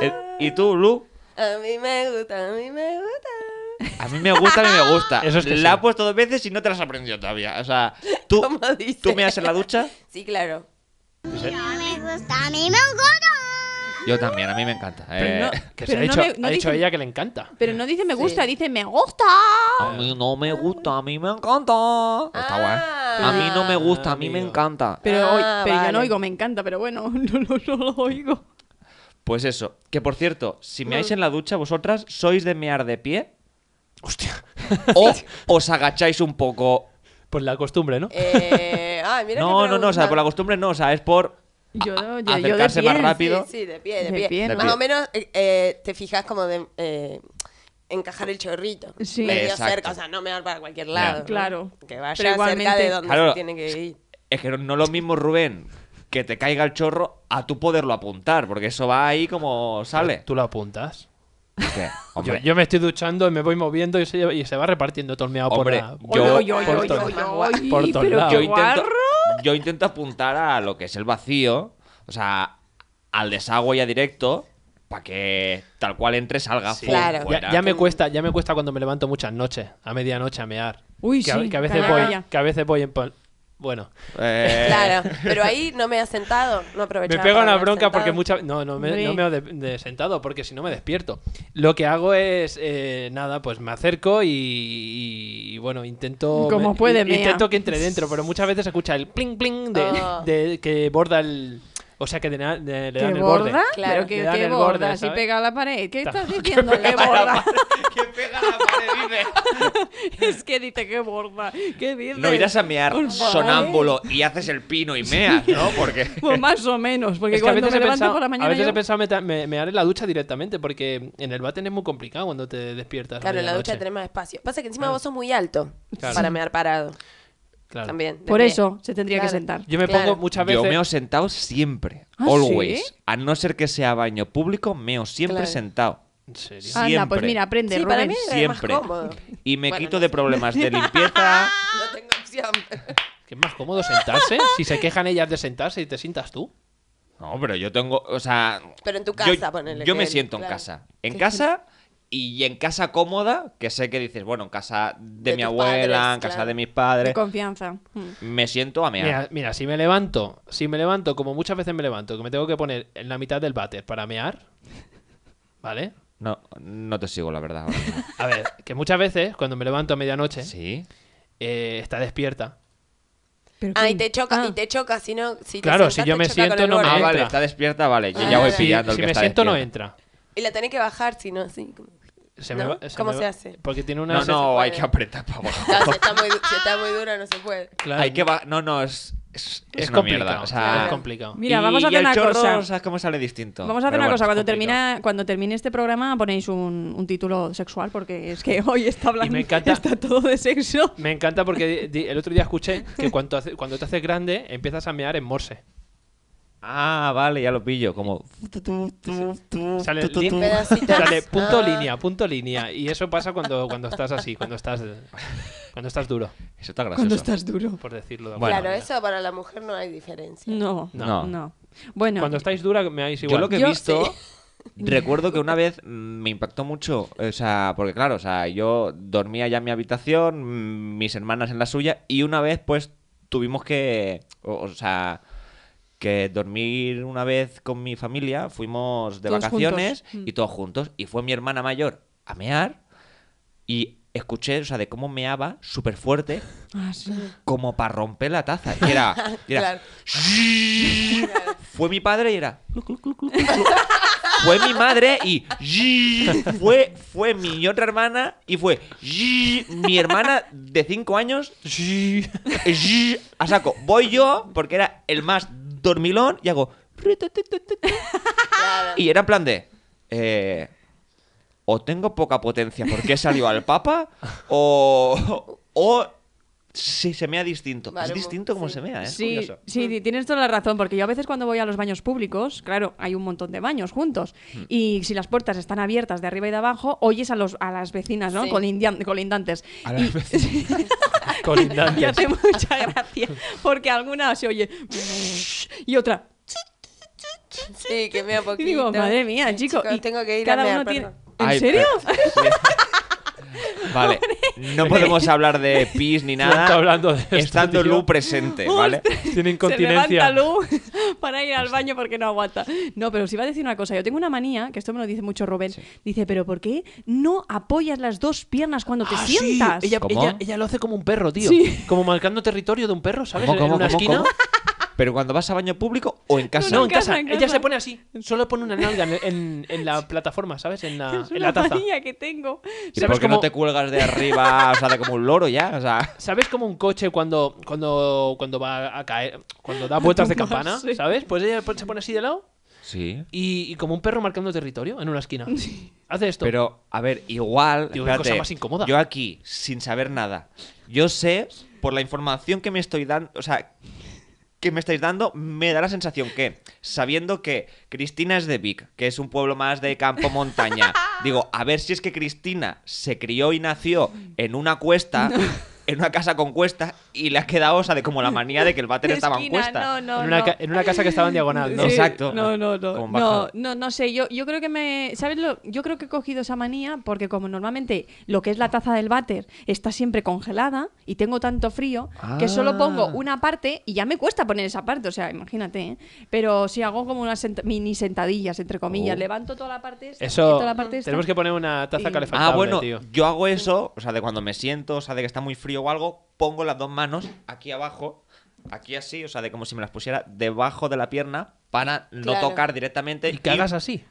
S1: Eh, ¿Y tú, Lu?
S4: A mí me gusta, a mí me gusta.
S1: A mí me gusta, a mí me gusta.
S3: Eso es que
S1: la
S3: sí.
S1: he puesto dos veces y no te las has aprendido todavía. O sea, tú,
S4: ¿Cómo dice?
S1: tú meas en la ducha.
S4: Sí, claro.
S5: Me gusta, a mí me gusta.
S1: Yo también, a mí me encanta.
S2: Pero
S1: eh.
S3: Que se
S2: Pero
S3: ha
S2: no
S3: dicho,
S2: me- no
S3: ha dicho
S2: dice-
S3: ella que le encanta.
S2: Pero no dice me gusta, dice me gusta.
S1: A mí no me gusta, a mí me encanta. Eh. Está guay.
S4: Ah.
S1: A mí no me gusta, a mí me
S3: Amigo.
S1: encanta.
S2: Pero,
S4: Ah,
S2: hoy, pero yo
S4: vale.
S2: no oigo, me encanta, pero bueno, no, lo- no lo oigo.
S1: Pues eso, que por cierto, si meáis en la ducha, vosotras sois de mear de pie
S3: Hostia.
S1: o os agacháis un poco.
S3: Por la costumbre, ¿no?
S4: Eh, ah, mira
S1: No,
S4: qué
S1: no, no, o sea,
S4: pregunta.
S1: por la costumbre no, o sea, es por
S2: Yo, yo, yo de
S1: acercarse más
S2: pie.
S1: rápido.
S4: Sí, sí, de pie, de,
S2: De
S4: pie.
S2: pie,
S1: ¿no?
S4: Más o menos eh, eh, te fijas como de eh, encajar el chorrito.
S2: Sí.
S4: Medio
S1: Exacto.
S4: cerca, o sea, no me para cualquier lado. ¿no?
S2: Claro.
S4: Que vaya
S2: Pero
S4: cerca
S2: igualmente-
S4: de donde
S1: Claro. Eh.
S4: se tiene que ir.
S1: Es que no- no es lo mismo, Rubén, que te caiga el chorro a tú poderlo apuntar, porque eso va ahí como sale.
S3: Tú lo apuntas.
S1: ¿Qué?
S3: Yo,
S1: Hombre.
S3: yo me estoy duchando y me voy moviendo y se, y se va repartiendo todo el meado por,
S1: Hombre,
S3: la-
S1: yo-
S2: Oy, oy, oy,
S3: por
S2: oy,
S3: todo-
S2: oy, oy,
S3: por todos
S2: pero
S3: lados.
S2: qué
S1: yo intento,
S2: guarro.
S1: yo intento apuntar a lo que es el vacío, o sea, al desagüe ya directo, para que tal cual entre, salga
S4: Sí.
S1: fu-
S4: Claro.
S1: fuera.
S3: Ya, ya me cuesta, ya me cuesta cuando me levanto muchas noches, a medianoche a mear.
S2: Uy,
S3: que, a,
S2: sí,
S3: que a veces
S2: calla,
S3: voy,
S2: calla.
S3: que a veces voy en pal- bueno,
S1: Eh,
S4: Claro, pero ahí no me ha sentado, no
S3: me
S2: Pues
S4: aprovechaba.
S3: pega
S4: para
S3: una
S4: haber
S3: bronca
S4: sentado.
S3: porque muchas no no me,
S2: Hombre.
S3: no me he de, de sentado porque si no me despierto. Lo que hago es eh, nada, pues me acerco y, y, bueno, intento
S2: Como
S3: me-
S2: puede,
S3: i-
S2: mea.
S3: intento que entre dentro, pero muchas veces se escucha el pling pling de,
S2: Oh.
S4: Ah.
S3: de- que borda el o sea, que de na- de- le dan
S2: ¿Qué
S3: el borde.
S2: borda?
S4: Claro,
S2: Pero que,
S3: le dan
S2: que
S3: el
S2: borda,
S3: borde,
S2: si
S3: ¿sabes?
S2: pega a la pared. ¿Qué
S3: Ta-
S2: estás diciendo? ¿Qué borda?
S1: que pega la pared, dice.
S2: es que dice que borda. ¿Qué dices?
S1: No irás a mear
S2: Por favor.
S1: sonámbulo y haces el pino y meas, ¿no? Porque...
S2: Pues más o menos, porque
S3: Es que a
S2: cuando
S3: veces,
S2: me
S3: he
S2: levanto
S3: pensado,
S2: por la mañana
S3: a veces
S2: yo-
S3: he pensado meta- me, me haré en la ducha directamente porque en el váter es muy complicado cuando te despiertas. a
S4: Claro, en la ducha
S3: medianoche.
S4: tenés más espacio. Pasa que encima
S1: Ah.
S3: Claro.
S4: vos sos muy alto
S3: Claro.
S4: para mear parado
S3: Claro.
S4: también. de
S2: Por
S4: pie.
S2: eso se tendría que
S4: Claro.
S2: sentar.
S3: Yo me
S4: Claro.
S3: pongo muchas veces.
S1: Yo meo sentado siempre,
S2: ¿Ah,
S1: always.
S2: sí?
S1: A no ser que sea baño público, meo siempre
S4: Claro.
S1: sentado.
S3: ¿En serio?
S1: Sí.
S2: Anda, pues
S1: siempre.
S2: mira, aprende,
S4: Sí, para
S2: Rubén.
S4: mí es más
S1: Siempre.
S4: cómodo.
S1: Y me
S4: Bueno,
S1: quito
S4: no
S1: de
S4: sé.
S1: problemas de limpieza.
S4: No tengo opción.
S3: ¿Que es más cómodo sentarse? si se quejan ellas de sentarse y te sientas tú.
S1: No, pero yo tengo, o sea...
S4: Pero en tu
S1: yo-
S4: casa, ponele,
S1: Yo
S4: que
S1: me
S4: él,
S1: siento en
S4: claro.
S1: casa. En casa y en casa cómoda, que sé que dices, bueno, en casa de,
S4: De
S1: mi
S4: tus
S1: abuela,
S4: padres,
S1: en casa
S4: claro.
S1: de mis
S2: De
S1: padres,
S2: confianza. Mm.
S1: me siento a mear.
S3: Mira, mira, si me levanto, si me levanto, como muchas veces me levanto, que me tengo que poner en la mitad del váter para mear. ¿Vale?
S1: No, no te sigo, la verdad. ahora mismo.
S3: A ver, que muchas veces cuando me levanto a medianoche,
S1: ¿Sí?
S3: eh, está despierta.
S2: Pero
S4: Ah,
S2: qué-
S4: y te choca,
S2: Ah.
S4: y te choca, si no, si te
S3: Claro, si
S4: sentás,
S3: yo
S4: te
S3: me
S4: choca
S3: siento,
S4: con el
S3: no me
S1: Ah,
S4: borde.
S3: entra.
S1: vale, está despierta, vale. Yo ya
S4: Ah,
S1: voy
S4: Si-
S1: pillando el
S3: si
S1: que
S3: me
S1: está
S3: siento, no
S1: despierta.
S3: entra.
S4: Y la tenés que bajar, si no, así. como-
S3: Se me
S4: No,
S3: va-
S4: ¿cómo
S3: me
S4: se
S3: va-
S4: hace?
S3: Porque tiene una.
S1: No, no, hay
S4: puede.
S1: que apretar para abajo.
S4: No, si está muy, du- si está muy dura no se puede.
S3: Claro,
S1: Hay que ba- No, no, es, es, es
S3: es
S1: una
S3: complicado.
S1: mierda. O
S3: es
S1: sea,
S3: complicado.
S2: Mira,
S1: y-
S2: vamos a
S1: y
S2: hacer
S1: el
S2: una
S1: chorro,
S2: cosa.
S1: ¿sabes cómo sale distinto?
S2: Vamos a hacer
S1: Pero
S2: una
S1: bueno,
S2: cosa, cuando
S3: complicado.
S2: termina, cuando termine este programa ponéis un, un título sexual porque es que hoy está hablando
S3: me encanta-
S2: está todo de sexo.
S3: Me encanta porque di- di- el otro día escuché que cuando, hace- cuando te haces grande empiezas a mear en morse.
S1: Ah, vale, ya lo pillo. Como.
S3: Sale, lin-
S4: Pedacitos.
S3: sale punto
S4: Ah.
S3: línea, punto línea. Y eso pasa cuando, cuando estás así, cuando estás, cuando estás duro,
S1: Eso está gracioso.
S2: Cuando estás duro.
S3: por decirlo de alguna
S1: Bueno.
S4: claro,
S3: manera.
S4: eso para la mujer no hay diferencia.
S2: No,
S1: No.
S2: no. Bueno,
S3: Cuando estáis dura meáis
S1: Yo
S3: igual.
S1: lo que he
S2: Yo-
S1: visto. Recuerdo que una vez mm, me impactó mucho, o sea, porque claro, o sea, yo dormía ya en mi habitación, mm, mis hermanas en la suya, y una vez pues tuvimos que, o, o sea, que dormir una vez con mi familia, fuimos de
S2: Todos
S1: vacaciones
S2: juntos. Mm.
S1: y todos juntos, y fue mi hermana mayor a mear, y escuché, o sea, de cómo meaba súper fuerte,
S2: Ah, sí.
S1: como para romper la taza, y era, y era,
S4: Claro.
S1: fue mi padre y era. "Cluc, cluc, cluc, cluc, cluc". Fue mi madre y. Fue, fue mi otra hermana y fue. Mi hermana de 5 años. A saco. Voy yo, porque era el más dormilón, y hago.
S4: Claro.
S1: Y era en plan de. eh, o tengo poca potencia porque salió al Papa, o. O. Si se mea distinto.
S4: Vale,
S1: es distinto como
S4: sí.
S1: se mea, Ah, ¿eh? es
S2: Sí,
S1: curioso.
S2: sí, ti- tienes toda la razón, porque yo a veces cuando voy a los baños públicos, claro, hay un montón de baños juntos, y si las puertas están abiertas de arriba y de abajo, oyes a, los, a las vecinas, ¿no?
S4: Sí.
S2: Colindian- colindantes.
S1: A las
S2: Y-
S3: Colindantes.
S2: y hace mucha gracia, porque alguna se oye y otra...
S4: Sí, que mea poquito.
S2: Y digo, madre mía, chico,
S4: chicos,
S2: y
S4: tengo que ir
S2: cada
S4: a mear,
S2: uno tiene...
S4: perdón.
S2: ¿En
S1: Ay,
S2: serio?
S1: pero- sí. Vale, no podemos hablar de pis ni
S3: No está
S1: nada
S3: hablando de esto,
S1: estando
S3: tío.
S1: Lu presente, ¿vale?
S3: Tiene
S2: Se levanta
S3: incontinencia.
S2: Lu para ir al baño porque no aguanta. No, pero os iba a decir una cosa. Yo tengo una manía, que esto me lo dice mucho Rubén. Dice, pero ¿por qué no apoyas las dos piernas cuando te
S3: Ah, sí,
S2: sientas?
S3: Ella,
S1: ¿Cómo?
S3: ella- ella lo hace como un perro, tío.
S2: Sí.
S3: Como marcando territorio de un perro, ¿sabes? En- en una esquina.
S1: ¿Pero cuando vas a baño público o en casa?
S3: No, en
S2: Nunca.
S3: casa.
S2: en
S3: Ella
S2: casa.
S3: se pone así. Solo pone una nalga en, en- en la plataforma, ¿sabes? En la,
S2: es
S3: en
S2: una
S3: la taza.
S2: manía que tengo.
S1: ¿Y
S3: ¿Sabes
S1: por qué no
S3: cómo-
S1: te cuelgas de arriba, o sea, de como un loro ya? O sea,
S3: ¿Sabes como un coche cuando, cuando, cuando va a caer, cuando da vueltas de campana?
S2: tumbarse.
S3: ¿Sabes? Pues ella se pone así de lado
S1: sí.
S3: y, y como un perro marcando territorio en una esquina. Hace esto.
S1: Pero, a ver, igual.
S3: Digo, qué cosa
S1: espérate,
S3: más incómoda.
S1: Yo aquí, sin saber nada, yo sé, por la información que me estoy dando, o sea, que me estáis dando me da la sensación que, sabiendo que Cristina es de Vic, que es un pueblo más de campo montaña, digo, a ver si es que Cristina se crió y nació en una cuesta, en una casa con cuesta, y le ha quedado, o sea, de como la manía de que el váter estaba en
S2: Esquina,
S1: cuesta.
S2: No, no,
S3: en, una
S2: no.
S3: ca- en una casa que estaba en diagonal, ¿no?
S2: Sí,
S1: Exacto.
S2: No, no, no.
S1: Con
S2: No,
S1: bajada.
S2: no, no sé. Yo, yo creo que me. ¿Sabes lo? Yo creo que he cogido esa manía porque, como normalmente lo que es la taza del váter está siempre congelada y tengo tanto frío que
S1: Ah.
S2: solo pongo una parte y ya me cuesta poner esa parte. O sea, imagínate. ¿eh? Pero si hago como unas senta- mini sentadillas, entre comillas,
S1: Oh.
S2: levanto toda la parte esta. y
S3: Eso,
S2: toda la parte esta.
S3: tenemos que poner una taza
S2: Y-
S1: Ah,
S3: calefactable,
S1: bueno,
S3: tío.
S1: yo hago eso, o sea, de cuando me siento, o sea, de que está muy frío o algo, pongo las dos manos aquí abajo, aquí así, o sea, de como si me las pusiera debajo de la pierna para no
S4: Claro.
S1: tocar directamente
S3: Y cagas así.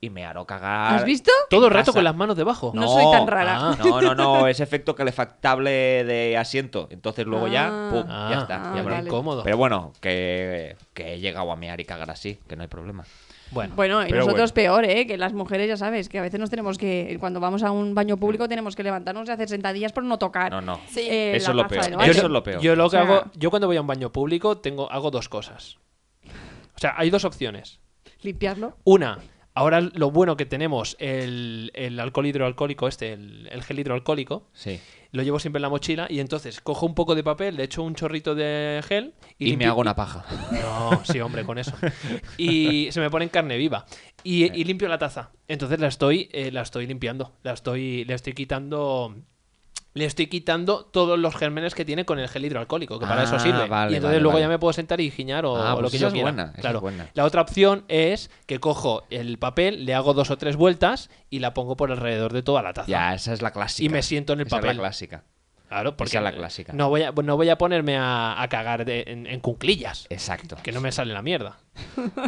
S1: y me haró cagar.
S2: ¿Has visto?
S3: Todo el
S1: en
S3: rato
S1: casa.
S3: con las manos debajo.
S2: No soy tan rara.
S1: ah, no, no, no, es efecto calefactable de asiento. Entonces luego
S2: Ah.
S1: ya, pum,
S3: Ah,
S1: ya está.
S2: Ah,
S1: Ya me-
S3: pero
S2: vale.
S3: incómodo.
S1: Pero bueno, que, que he llegado a mear y cagar así, que no hay problema.
S3: bueno,
S2: Bueno, y
S1: Pero
S2: nosotros peor, ¿eh? Que las mujeres, ya sabes, que a veces nos tenemos que. Cuando vamos a un baño público, tenemos que levantarnos y hacer sentadillas por no tocar.
S1: Mm. No, no.
S4: Sí.
S2: eh,
S1: Eso es lo
S2: la taza
S1: peor.
S2: del
S1: Eso
S2: baño.
S1: es lo peor.
S3: Yo lo
S2: O
S3: que
S2: sea-
S3: hago, yo cuando voy a un baño público tengo, hago dos cosas. O sea, hay dos opciones.
S2: Limpiarlo.
S3: Una, ahora lo bueno que tenemos, el, el alcohol hidroalcohólico, este, el, el gel hidroalcohólico,
S1: Sí.
S3: lo llevo siempre en la mochila y entonces cojo un poco de papel, le echo un chorrito de gel
S1: Y, me
S3: limpio-
S1: hago una paja.
S3: No, sí, hombre, con eso. Y se me pone en carne viva. Y, y limpio la taza. Entonces la estoy, eh, la estoy limpiando. La estoy, le estoy quitando. Le estoy quitando todos los gérmenes que tiene con el gel hidroalcohólico, que para
S1: Ah,
S3: eso sirve.
S1: vale,
S3: y entonces
S1: vale,
S3: luego
S1: vale.
S3: ya me puedo sentar y giñar o,
S1: Ah,
S3: o lo
S1: pues
S3: que
S1: esa
S3: yo
S1: es
S3: quiera.
S1: buena, esa es
S3: Claro.
S1: buena.
S3: La otra opción es que cojo el papel, le hago dos o tres vueltas y la pongo por alrededor de toda la taza.
S1: Ya, esa es la clásica.
S3: Y me siento en el
S1: Esa es
S3: papel.
S1: la clásica.
S3: Claro, porque
S1: Esa es la clásica.
S3: No voy a, no voy a ponerme a, a cagar de- en, en cunclillas.
S1: Exacto.
S3: Que no me sale la mierda.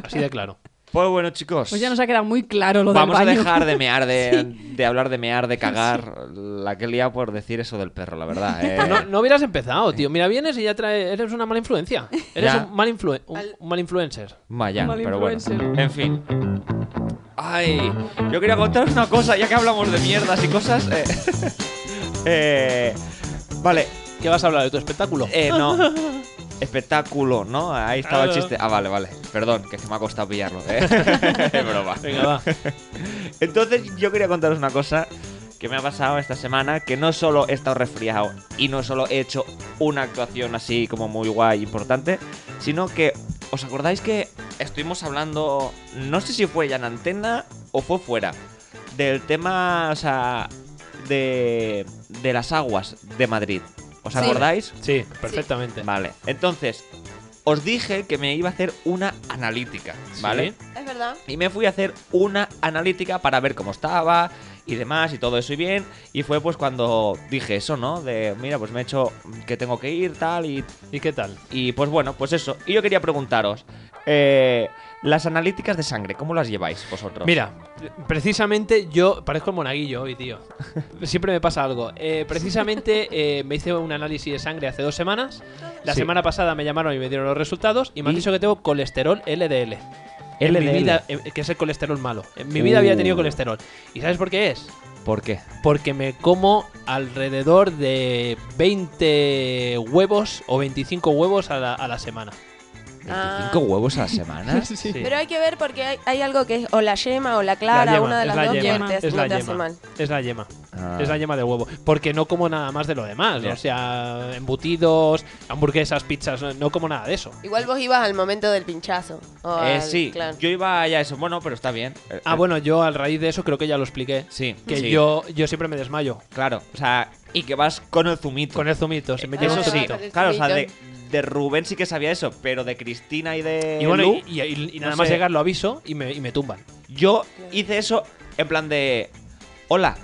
S3: Así de claro.
S1: Pues bueno, chicos.
S2: Pues ya nos ha quedado muy claro lo
S1: Vamos
S2: del
S1: a
S2: baño.
S1: dejar de mear, de, de hablar de mear, de cagar. La que he liado por decir eso del perro, la verdad. eh.
S3: No, no hubieras empezado, tío. Mira, vienes y ya trae, eres una mala influencia. Eres
S1: Ya.
S3: un mal, influ- un-
S4: Al-
S3: un mal influencer.
S1: Vaya,
S2: Mal
S1: pero bueno.
S2: influencer.
S1: En fin. Ay, yo quería contaros una cosa, ya que hablamos de mierdas y cosas. eh, eh, vale,
S3: ¿Qué vas a hablar de tu espectáculo?
S1: eh, no. Espectáculo, ¿no? Ahí estaba el
S3: Claro.
S1: chiste. Ah, vale, vale. Perdón, que es que me ha costado pillarlo. eh. Es broma.
S3: Venga, va.
S1: Entonces yo quería contaros una cosa que me ha pasado esta semana, que no solo he estado resfriado y no solo he hecho una actuación así como muy guay, importante, sino que, ¿os acordáis que estuvimos hablando, no sé si fue ya en antena o fue fuera, del tema, o sea, de, de las aguas de Madrid? ¿Os
S4: Sí.
S1: acordáis?
S3: Sí, perfectamente.
S1: Vale, entonces, os dije que me iba a hacer una analítica,
S3: Sí.
S1: ¿vale?
S4: Es verdad.
S1: Y me fui a hacer una analítica para ver cómo estaba y demás y todo eso y bien. Y fue pues cuando dije eso, ¿no? De, mira, pues me he hecho que tengo que ir, tal y...
S3: ¿Y qué tal?
S1: Y pues bueno, pues eso. Y yo quería preguntaros, eh, las analíticas de sangre, ¿cómo las lleváis vosotros?
S3: Mira, precisamente yo parezco el monaguillo hoy, tío. Siempre me pasa algo. Eh, precisamente eh, me hice un análisis de sangre hace dos semanas. La
S1: Sí.
S3: semana pasada me llamaron y me dieron los resultados y me han
S1: ¿Y?
S3: dicho que tengo colesterol LDL. En mi
S1: LDL.
S3: vida, eh, que es el colesterol malo. En mi vida había tenido
S1: Uh.
S3: colesterol. ¿Y sabes por qué es?
S1: ¿Por qué?
S3: Porque me como alrededor de 20 huevos o 25 huevos a la, a la semana.
S4: Ah.
S1: ¿25 huevos a la semana?
S3: Ah, Sí.
S4: Pero hay que ver porque hay, hay algo que es o la yema o la clara,
S3: La yema,
S4: una de
S3: es
S4: las
S3: la
S4: dos
S3: yema,
S4: partes
S3: es
S4: no
S3: la
S4: te hace
S3: yema.
S4: mal.
S3: Es la yema.
S1: Ah.
S3: Es la yema de huevo. Porque no como nada más de lo demás.
S1: Ya.
S3: O sea, embutidos, hamburguesas, pizzas, no- no como nada de eso.
S4: Igual vos ibas al momento del pinchazo. o
S1: Eh,
S4: al-
S1: sí,
S4: claro.
S1: yo iba allá eso. Bueno, pero está bien. Eh,
S3: Ah,
S1: eh,
S3: bueno, yo a raíz de eso creo que ya lo expliqué.
S1: Sí,
S3: Que
S1: sí,
S3: yo, yo siempre me desmayo.
S1: Claro, o sea, y que vas con el zumito.
S3: Con el zumito, se me
S1: Eso
S3: lleva un
S4: Ah,
S1: sí,
S3: zumito.
S4: el
S1: claro, o sea, de,
S4: zumito.
S1: de Rubén sí que sabía eso, pero de Cristina y de
S3: Y bueno,
S1: Lu,
S3: y, y- y- y nada
S1: no
S3: más
S1: sé.
S3: llegar lo aviso y me, y me tumban.
S1: yo hice eso en plan de, hola,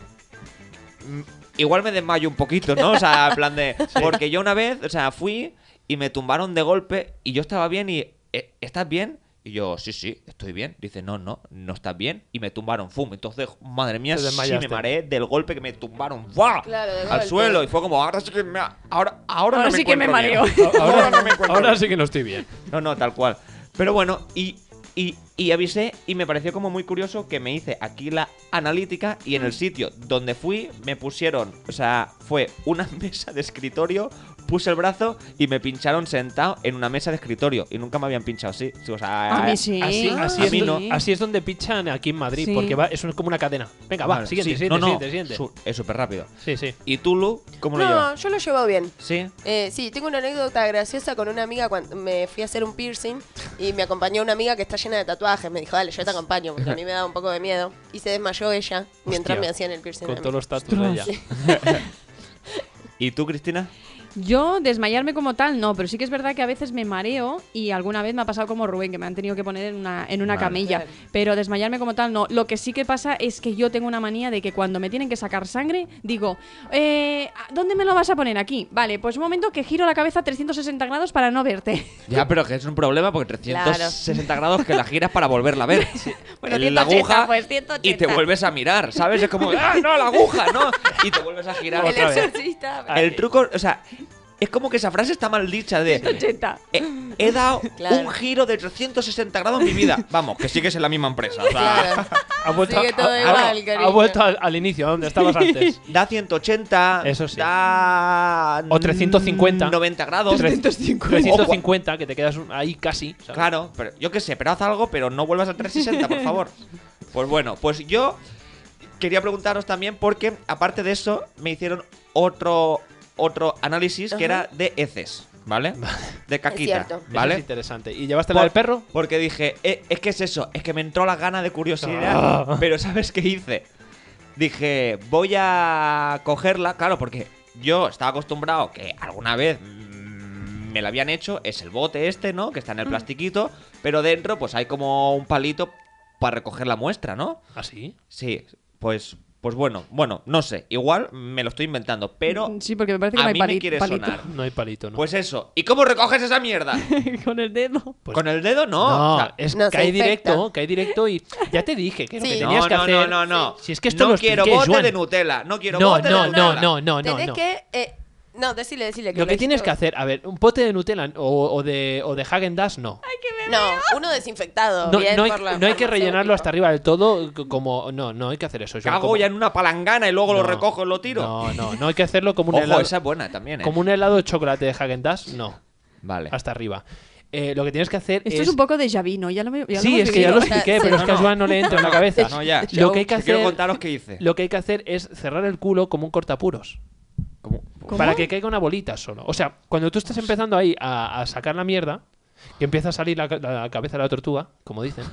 S1: mm, igual me desmayo un poquito, ¿no? O sea, en plan de, porque yo una vez, o sea, fui y me tumbaron de golpe y yo estaba bien y, "Eh, ¿estás bien? Y yo, sí, sí, estoy bien. Dice, no, no, no estás bien. Y me tumbaron, fum. Entonces, madre mía,
S3: Te
S1: sí
S3: desmayaste.
S1: me mareé del golpe que me tumbaron, ¡buah!
S4: Claro, de
S1: al
S4: golpe.
S1: suelo. Y fue como, ahora sí que me, ahora, ahora no
S2: Ahora
S1: me
S2: sí que me
S1: encuentro bien".
S2: mareo.
S1: Ahora no me encuentro
S3: ahora
S1: bien.
S3: sí que no estoy bien.
S1: No, no, tal cual. Pero bueno, y, y, y avisé y me pareció como muy curioso que me hice aquí la analítica y en el sitio donde fui me pusieron, o sea, fue una mesa de escritorio puse el brazo y me pincharon sentado en una mesa de escritorio. Y nunca me habían pinchado así. Sí, O sea, eh,
S2: A mí sí.
S3: Así, así
S1: A
S3: es,
S1: mí
S3: do-
S2: sí.
S3: así es donde pichan aquí en Madrid,
S2: Sí.
S3: porque va, es un- como una cadena. Venga, va,
S1: eh, vale,
S3: siguiente,
S1: sí.
S3: siguiente,
S1: No, no,
S3: siguiente, siguiente.
S1: su- es súper rápido.
S3: Sí, sí.
S1: ¿Y tú, Lu, cómo lo
S4: No,
S1: llevas?
S4: yo lo llevo bien.
S1: ¿Sí?
S4: Eh, sí, tengo una anécdota graciosa con una amiga cuando me fui a hacer un piercing y me acompañó una amiga que está llena de tatuajes. Me dijo, dale, yo te acompaño, porque a mí me daba un poco de miedo. Y se desmayó ella mientras
S3: Hostia,
S4: me hacían el piercing.
S3: Con
S4: a mí.
S3: todos los tatuajes de ella.
S1: ¿Y tú, Cristina?
S2: Yo desmayarme como tal no, pero sí que es verdad que a veces me mareo y alguna vez me ha pasado como Rubén, que me han tenido que poner en una, en una
S1: Vale.
S2: camilla.
S4: Claro.
S2: Pero desmayarme como tal no. Lo que sí que pasa es que yo tengo una manía de que cuando me tienen que sacar sangre, digo, eh, ¿a- ¿dónde me lo vas a poner? Aquí. Vale, pues un momento que giro la cabeza 360 grados para no verte.
S1: Ya, pero que es un problema porque 360 grados que la giras para volverla a ver.
S2: Bueno,
S1: El-
S2: 180, pues, 180.
S1: Y te vuelves a mirar, ¿sabes? Es como, ¡ah, no, la aguja, no! Y te vuelves a girar
S4: El
S1: otra vez.
S4: exorcista.
S3: Ah,
S1: El truco, o sea, es como que esa frase está mal dicha de...
S2: 80.
S1: He, he dado
S4: Claro.
S1: un giro de 360 grados en mi vida. Vamos, que sigues en la misma empresa. o sea,
S4: Claro.
S3: Ha vuelto,
S4: Sigue todo
S3: ha- ha-
S4: igual,
S3: ha
S4: cariño.
S3: vuelto al, al inicio, a donde estabas antes.
S1: Da 180,
S3: Eso sí.
S1: da...
S3: O 350.
S1: 90 grados.
S3: 350, que te quedas un- ahí casi. ¿sabes?
S1: Claro, pero yo qué sé, pero haz algo, pero no vuelvas a 360, por favor. Pues bueno, pues yo quería preguntaros también porque, aparte de eso, me hicieron otro, otro análisis que era de heces, ¿vale? De caquita,
S4: cierto.
S3: Eso
S1: ¿vale?
S3: es interesante. ¿Y llevaste la del
S1: Por-
S3: perro?
S1: Porque dije, "Eh, es que es eso, es que me entró la gana de curiosidad,
S3: Ah.
S1: pero ¿sabes qué hice? Dije, voy a cogerla, claro, porque yo estaba acostumbrado que alguna vez mm, me la habían hecho, es el bote este, ¿no? Que está
S3: Mm.
S1: en el plastiquito, pero dentro pues hay como un palito para recoger la muestra, ¿no?
S3: ¿Así?
S1: Ah, Sí, pues, pues bueno, bueno, no sé, igual me lo estoy inventando, pero
S3: Mm,
S2: Mm, Sí, porque me parece que
S1: a
S2: no hay
S1: mí
S2: pali-
S1: me quiere
S2: palito.
S1: sonar.
S3: no hay palito, ¿no?
S1: Pues eso, ¿y cómo recoges esa mierda?
S2: Con el dedo.
S3: Pues-
S1: ¿Con el dedo? No.
S3: no,
S1: o sea,
S3: es
S4: No, se
S3: cae
S4: infecta.
S3: directo, cae directo y ya te dije que lo que
S4: Sí.
S3: tenías
S1: no,
S3: que
S1: no,
S3: hacer.
S1: No, no, no.
S3: Si es que esto
S1: no
S3: lo
S1: quiero
S3: expliqué,
S1: bote
S3: Joan.
S1: de Nutella. No quiero
S3: no,
S1: bote de
S3: no, no,
S1: Nutella.
S3: no, no, no,
S4: Tenés
S3: no.
S4: que... eh, no, decile, decile. Que
S3: Lo que
S4: hizo.
S3: tienes que hacer, a ver, un pote de Nutella o, o de, o de Hagen Dazs, no.
S4: No, uno desinfectado.
S3: No,
S4: bien
S3: no hay,
S4: por la
S3: no hay que rellenarlo
S4: farmacéutica.
S3: hasta arriba del todo, c- como... No, no hay que hacer eso. Joan,
S1: Cago
S3: como-
S1: ya en una palangana y luego lo
S3: No,
S1: recojo y lo tiro.
S3: No, no, no hay que hacerlo como un
S1: Ojo,
S3: helado.
S1: esa es buena también, ¿eh?
S3: Como un helado de chocolate de Hagen Dazs, no.
S1: Vale.
S3: Hasta arriba. Eh, lo que tienes que hacer
S2: Esto es, un poco de Javino, ya lo, me- ya lo
S3: Sí,
S2: hemos
S3: es que ya lo
S2: vivido.
S4: sea,
S3: expliqué,
S4: sí.
S3: pero es que a
S1: No, no.
S3: Joan no le entra en la cabeza.
S1: No, ya.
S3: Lo que hay que
S1: Yo Quiero
S3: hacer-
S1: contaros qué hice.
S3: Lo que hay que hacer es cerrar el culo como un cortapuros.
S1: Como-
S2: ¿Cómo?
S3: Para que caiga una bolita solo. O sea, cuando tú estás empezando ahí a, a sacar la mierda, que empieza a salir la, ca- la cabeza de la tortuga, como dicen,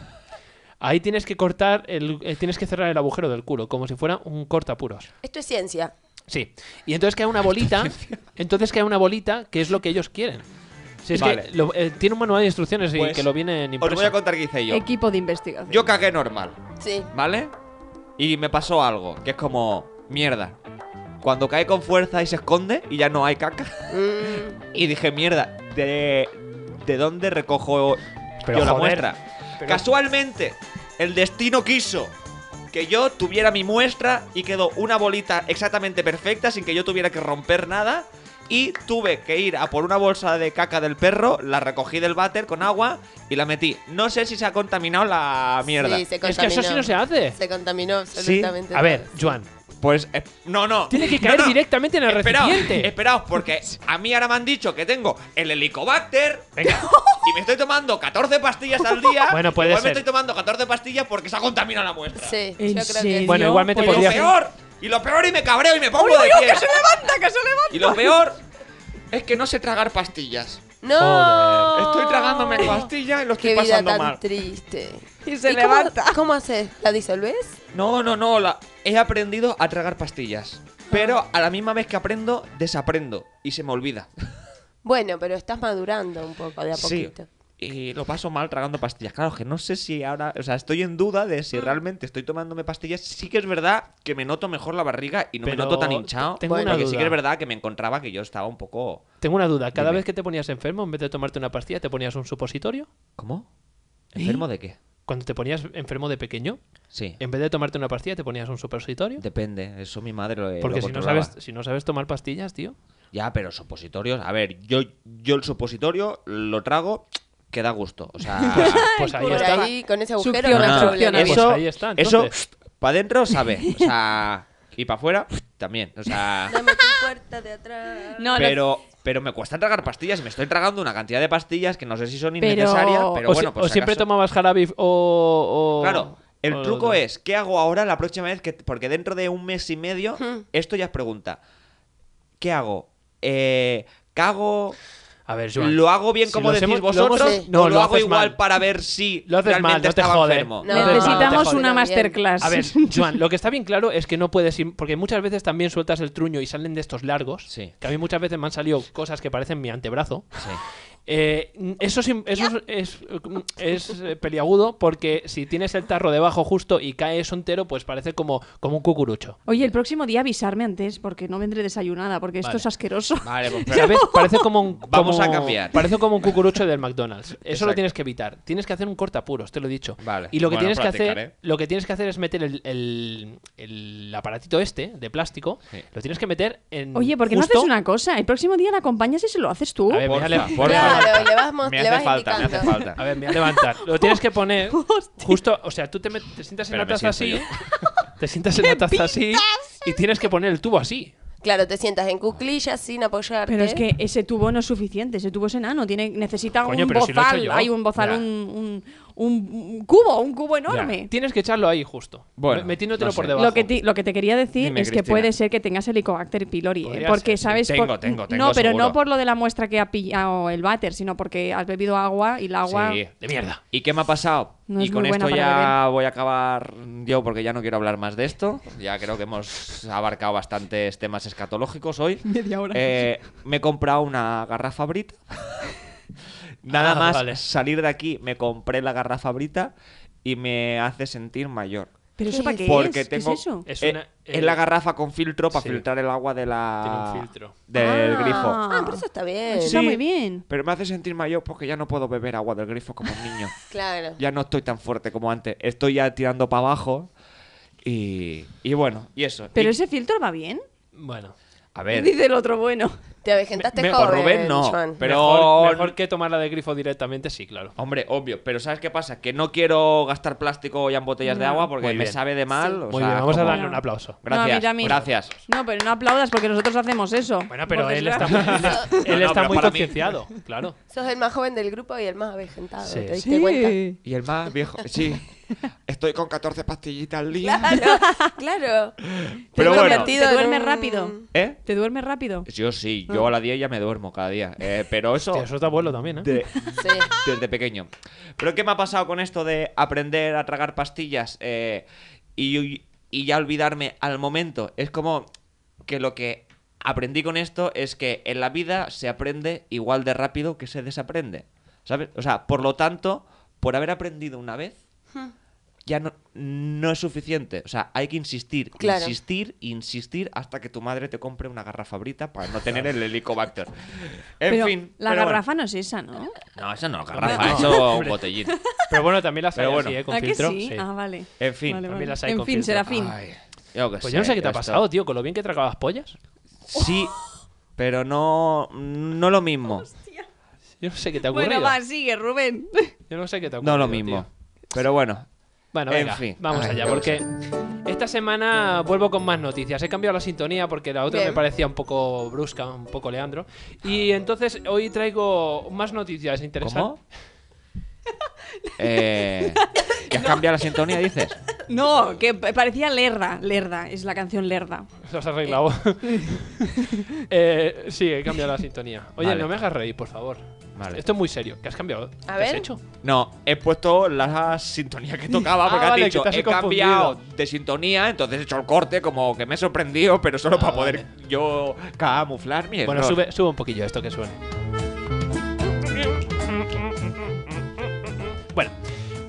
S3: ahí tienes que cortar, el, eh, tienes que cerrar el agujero del culo, como si fuera un cortapuros.
S4: Esto es ciencia.
S3: Sí. Y entonces cae una bolita, entonces cae una bolita, que es lo que ellos quieren. Si es
S1: Vale.
S3: que lo- eh, tiene un manual de instrucciones y
S1: Pues,
S3: que lo vienen
S1: Os
S3: impreso.
S1: voy a contar qué hice yo.
S2: Equipo de investigación.
S1: Yo cagué normal,
S4: Sí.
S1: ¿vale? Y me pasó algo, que es como... Mierda. Cuando cae con fuerza y se esconde y ya no hay caca.
S4: Mm,
S1: Y dije, mierda, ¿de, de dónde recojo
S3: Pero,
S1: yo la
S3: joder,
S1: muestra?
S3: pero-
S1: Casualmente, el destino quiso que yo tuviera mi muestra y quedó una bolita exactamente perfecta sin que yo tuviera que romper nada. Y tuve que ir a por una bolsa de caca del perro, la recogí del váter con agua y la metí. No sé si se ha contaminado la mierda.
S4: Sí, se
S3: Es que
S4: contaminó.
S3: eso sí no se hace.
S4: Se contaminó absolutamente.
S3: A ver,
S4: todo.
S3: Joan,
S1: Pues eh, no, no.
S3: tiene que
S1: No,
S3: caer
S1: no.
S3: directamente en el
S1: Esperaos,
S3: recipiente.
S1: esperaos, porque a mí ahora me han dicho que tengo el helicobacter
S3: Venga.
S1: y me estoy tomando 14 pastillas al día.
S3: Bueno, puede
S1: Igual me
S3: ser.
S1: estoy tomando 14 pastillas porque se ha contaminado la muestra.
S4: Sí,
S2: ¿En
S4: yo creo que sí.
S2: serio?
S3: Bueno, igualmente
S1: Y lo
S3: podría-
S1: peor, y lo peor, y me cabreo y me pongo de pie. Y lo peor es que no sé tragar pastillas.
S4: No.
S3: Joder.
S1: Estoy tragándome pastillas y lo estoy
S4: Oh. Qué vida
S1: pasando
S4: tan
S1: mal.
S4: triste.
S2: Y se
S4: cómo-
S2: levanta.
S4: ¿Cómo, haces? ¿La disolves?
S1: No, no, no, la- he aprendido a tragar pastillas. Pero a la misma vez que aprendo, desaprendo y se me olvida.
S4: Bueno, pero estás madurando un poco de a
S1: Sí.
S4: poquito.
S1: Y lo paso mal tragando pastillas. Claro, que no sé si ahora. O sea, estoy en duda de si realmente estoy tomándome pastillas. Sí que es verdad que me noto mejor la barriga y no me
S3: Pero
S1: noto tan hinchado.
S3: tengo
S4: una
S1: porque sí
S3: duda.
S1: que es verdad que me encontraba que yo estaba un poco.
S3: Tengo una duda. Cada
S1: Dime.
S3: vez que te ponías enfermo, en vez de tomarte una pastilla, te ponías un supositorio.
S1: ¿Cómo? ¿Enfermo de qué?
S3: Cuando te ponías enfermo de pequeño,
S1: Sí.
S3: en vez de tomarte una pastilla, te ponías un supositorio.
S1: Depende, eso mi madre lo,
S3: Porque
S1: lo
S3: si no,
S1: controlaba.
S3: sabes, si no sabes tomar pastillas, tío.
S1: Ya, pero supositorios. A ver, yo, yo el supositorio lo trago que da gusto. O sea.
S3: Pues ahí
S4: Por
S3: está.
S4: ahí, con ese agujero, no
S2: Succiona,
S4: hay
S2: Ah,
S4: problema.
S2: succiona.
S1: eso,
S3: Pues ahí está,
S1: eso
S3: entonces.
S1: para adentro sabe. O sea. Y para afuera también. O sea.
S4: Dame tu puerta de atrás.
S2: No, lo-
S1: pero pero me cuesta tragar pastillas y me estoy tragando una cantidad de pastillas que no sé si son
S2: Pero-
S1: innecesarias, pero,
S3: o, si-
S1: bueno, pues
S3: o
S1: si
S3: siempre
S1: acaso.
S3: tomabas jarabe o, o-
S1: Claro,
S3: o-
S1: el truco es, ¿qué hago ahora la próxima vez? que Porque dentro de un mes y medio,
S4: Hmm.
S1: esto ya es pregunta. ¿Qué hago? Eh, ¿Cago?
S3: A ver, Joan.
S1: ¿Lo hago bien
S3: Si
S1: como
S3: lo
S1: decís
S3: hacemos- lo hemos-
S1: vosotros?
S3: sí.
S1: No,
S3: No,
S1: ¿O lo,
S3: lo
S1: hago
S3: haces
S1: igual
S3: mal.
S1: para ver si
S3: Lo haces mal,
S1: realmente
S3: no te
S1: estaba
S3: jode.
S1: enfermo?
S4: No,
S2: Necesitamos
S4: no,
S2: una
S4: no,
S2: masterclass.
S3: A ver, Joan, lo que está bien claro es que no puedes ir, porque muchas veces también sueltas el truño y salen de estos largos,
S1: Sí.
S3: que a mí muchas veces me han salido cosas que parecen mi antebrazo.
S1: Sí.
S3: Eh, eso es, eso es, es, eh, peliagudo porque si tienes el tarro debajo justo y cae eso entero, pues parece como, como un cucurucho.
S2: Oye, el próximo día avisarme antes porque no vendré desayunada porque esto
S3: Vale.
S2: es asqueroso.
S1: Vale, pues pero-
S3: ¿Sabes? Parece como un. como-
S1: Vamos a cambiar.
S3: Parece como un cucurucho del McDonald's. Eso
S1: Exacto.
S3: lo tienes que evitar. Tienes que hacer un cortapuros, te lo he dicho.
S1: Vale.
S3: Y lo que
S1: Bueno, ¿eh?
S3: tienes que hacer.
S1: practicaré.
S3: Lo que tienes que hacer es meter el, el- el aparatito este de plástico.
S1: Sí.
S3: Lo tienes que meter en.
S2: Oye, ¿por qué no
S3: justo-
S2: haces una cosa? El próximo día la acompañas y se lo haces tú.
S3: A ver,
S1: Porfa,
S3: me voy a le-
S1: porfa.
S4: Claro, le vas mo-
S1: me
S4: le vas
S1: hace falta, me
S4: indicando.
S1: hace falta.
S3: A ver, me voy a levantar. Lo tienes que poner justo, o sea, tú te, met- te sientas en
S1: Espera,
S3: la
S1: me
S3: taza así,
S1: siento
S3: te sientas en la taza así y tienes que poner el tubo así.
S4: Claro, te sientas en cuclillas sin apoyarte.
S2: Pero es que ese tubo no es suficiente, ese tubo es enano, tiene, necesita
S3: Coño,
S2: un
S3: pero si lo he hecho
S2: bozal,
S3: yo.
S2: hay un bozal,
S1: Ya.
S2: un, un- un- un cubo, un cubo enorme.
S3: Tienes que echarlo ahí justo,
S1: Bueno,
S3: me- metiéndotelo
S1: no sé.
S3: por debajo.
S2: Lo que, ti- lo que te quería decir
S1: Dime,
S2: es que
S1: Cristina.
S2: puede ser que tengas Helicobacter pylori, ¿eh?
S3: Podría
S2: porque
S3: ser, sí.
S2: sabes...
S1: Tengo,
S2: por-
S1: tengo, tengo,
S2: No, pero
S1: seguro.
S2: no por lo de la muestra que ha pillado el váter, sino porque has bebido agua y el agua...
S1: Sí.
S3: De mierda.
S1: ¿Y qué me ha pasado?
S2: No
S1: y
S2: es
S1: con
S2: muy buena
S1: esto
S2: para
S1: ya voy a acabar yo porque ya no quiero hablar más de esto. Ya creo que hemos abarcado bastantes temas escatológicos hoy.
S2: Media hora.
S1: Eh, me he comprado una garrafa brita. Nada
S3: Ah,
S1: más
S3: vale.
S1: salir de aquí me compré la garrafa brita y me hace sentir mayor.
S2: ¿Pero eso
S4: ¿Qué
S2: para
S4: es?
S2: qué
S1: Porque
S2: es?
S1: tengo
S2: ¿Qué es eso?
S3: Es
S1: eh,
S3: una-
S1: es
S3: eh,
S1: la garrafa con filtro para
S3: sí.
S1: filtrar el agua de la
S3: Tiene un filtro.
S1: del
S2: Ah.
S1: grifo.
S4: Ah, pero eso está bien.
S2: Eso está
S1: Sí.
S2: muy bien.
S1: Pero me hace sentir mayor porque ya no puedo beber agua del grifo como un niño.
S4: Claro.
S1: ya no estoy tan fuerte como antes. Estoy ya tirando para abajo. Y, y bueno, y eso.
S2: ¿Pero
S1: Y-
S2: ese filtro va bien?
S3: Bueno,
S1: A ver,
S2: Dice el otro bueno.
S4: Te avejentaste
S3: Me- me-
S4: joven,
S1: por Rubén no,
S4: Joan.
S1: pero-
S3: mejor, mejor que tomarla de grifo directamente, sí, claro.
S1: hombre, obvio. Pero ¿sabes qué pasa? Que no quiero gastar plástico ya en botellas de
S2: No.
S1: agua porque
S3: Muy
S1: me
S3: bien.
S1: sabe de mal. o
S3: Muy
S1: sea,
S3: bien, vamos
S1: como-
S3: a darle un aplauso.
S1: Gracias,
S2: No, mira, mira.
S1: gracias.
S2: No, pero no aplaudas porque nosotros hacemos eso.
S3: Bueno, pero
S2: Por
S3: él
S2: desgracia.
S3: está, él, él
S1: No,
S3: está
S1: pero
S3: muy
S1: para mí-
S3: concienciado, claro.
S4: Sos el más joven del grupo y el más avejentado.
S3: Sí.
S4: ¿Te diste cuenta?
S2: Sí.
S1: Y el más viejo, sí. Estoy con 14 pastillitas al día.
S4: Claro, claro.
S1: Pero
S4: Te
S1: bueno.
S4: convertido
S2: Te duermes
S4: en un-
S2: rápido.
S1: ¿Eh?
S2: ¿Te duermes rápido?
S1: Yo sí, yo a las 10 ya me duermo cada día. Eh, pero eso,
S3: Hostia, eso está bueno también, ¿eh?
S1: de-
S4: Sí.
S1: desde pequeño. Pero ¿qué me ha pasado con esto de aprender a tragar pastillas eh, y, y ya olvidarme al momento? Es como que lo que aprendí con esto es que en la vida se aprende igual de rápido que se desaprende. ¿Sabes? O sea, por lo tanto, por haber aprendido una vez,
S2: Hmm.
S1: ya no, no es suficiente. O sea, hay que insistir,
S4: Claro.
S1: insistir, insistir hasta que tu madre te compre una garrafa brita para no tener el helicobacter. En
S2: pero
S1: fin.
S2: La
S1: pero bueno.
S2: garrafa no es esa, ¿no?
S1: No, eso no, garrafa,
S3: no.
S1: eso un botellín.
S3: Pero bueno, también las hay
S1: Pero bueno.
S3: así, ¿eh? Con
S2: ¿A que
S3: filtro.
S2: sí? Ah, vale.
S1: En fin,
S2: Vale,
S1: a
S3: mí
S2: vale.
S3: las hay
S2: en
S3: con
S2: fin,
S3: filtro.
S2: Serafín.
S1: Ay, yo qué
S3: Pues yo no sé qué te ha
S1: esto-
S3: pasado, tío, con lo bien que tragabas pollas.
S1: Sí, pero no, no lo mismo.
S3: Yo no sé qué te ha ocurrido.
S2: Bueno, va, sigue, Rubén.
S3: Yo no sé qué te ha ocurrido.
S1: No lo mismo.
S3: tío.
S1: Pero bueno,
S3: Bueno,
S1: En
S3: venga,
S1: fin.
S3: vamos
S1: Ay,
S3: allá,
S1: Dios.
S3: porque esta semana vuelvo con más noticias. He cambiado la sintonía porque la otra
S4: Bien.
S3: me parecía un poco brusca, un poco Leandro. Y entonces hoy traigo más noticias interesantes.
S1: ¿cómo? Eh, ¿Que has cambiado la sintonía, dices?
S2: No, que pa- parecía Lerda. Lerda, es la canción Lerda.
S3: Los has arreglado. Eh, sí, he cambiado la sintonía. Oye,
S1: Vale.
S3: no me hagas reír, por favor.
S1: Vale.
S3: Esto es muy serio. ¿Qué has cambiado? ¿Qué has
S4: ver.
S3: hecho?
S1: No, he puesto la sintonía que tocaba
S3: Ah,
S1: porque
S3: vale,
S1: has dicho,
S3: que te has
S1: he
S3: confundido.
S1: cambiado de sintonía, entonces he hecho el corte como que me he sorprendido, pero solo
S3: Ah,
S1: para poder yo camuflar mi
S3: Bueno,
S1: error.
S3: sube, sube un poquillo esto que suene. Bueno,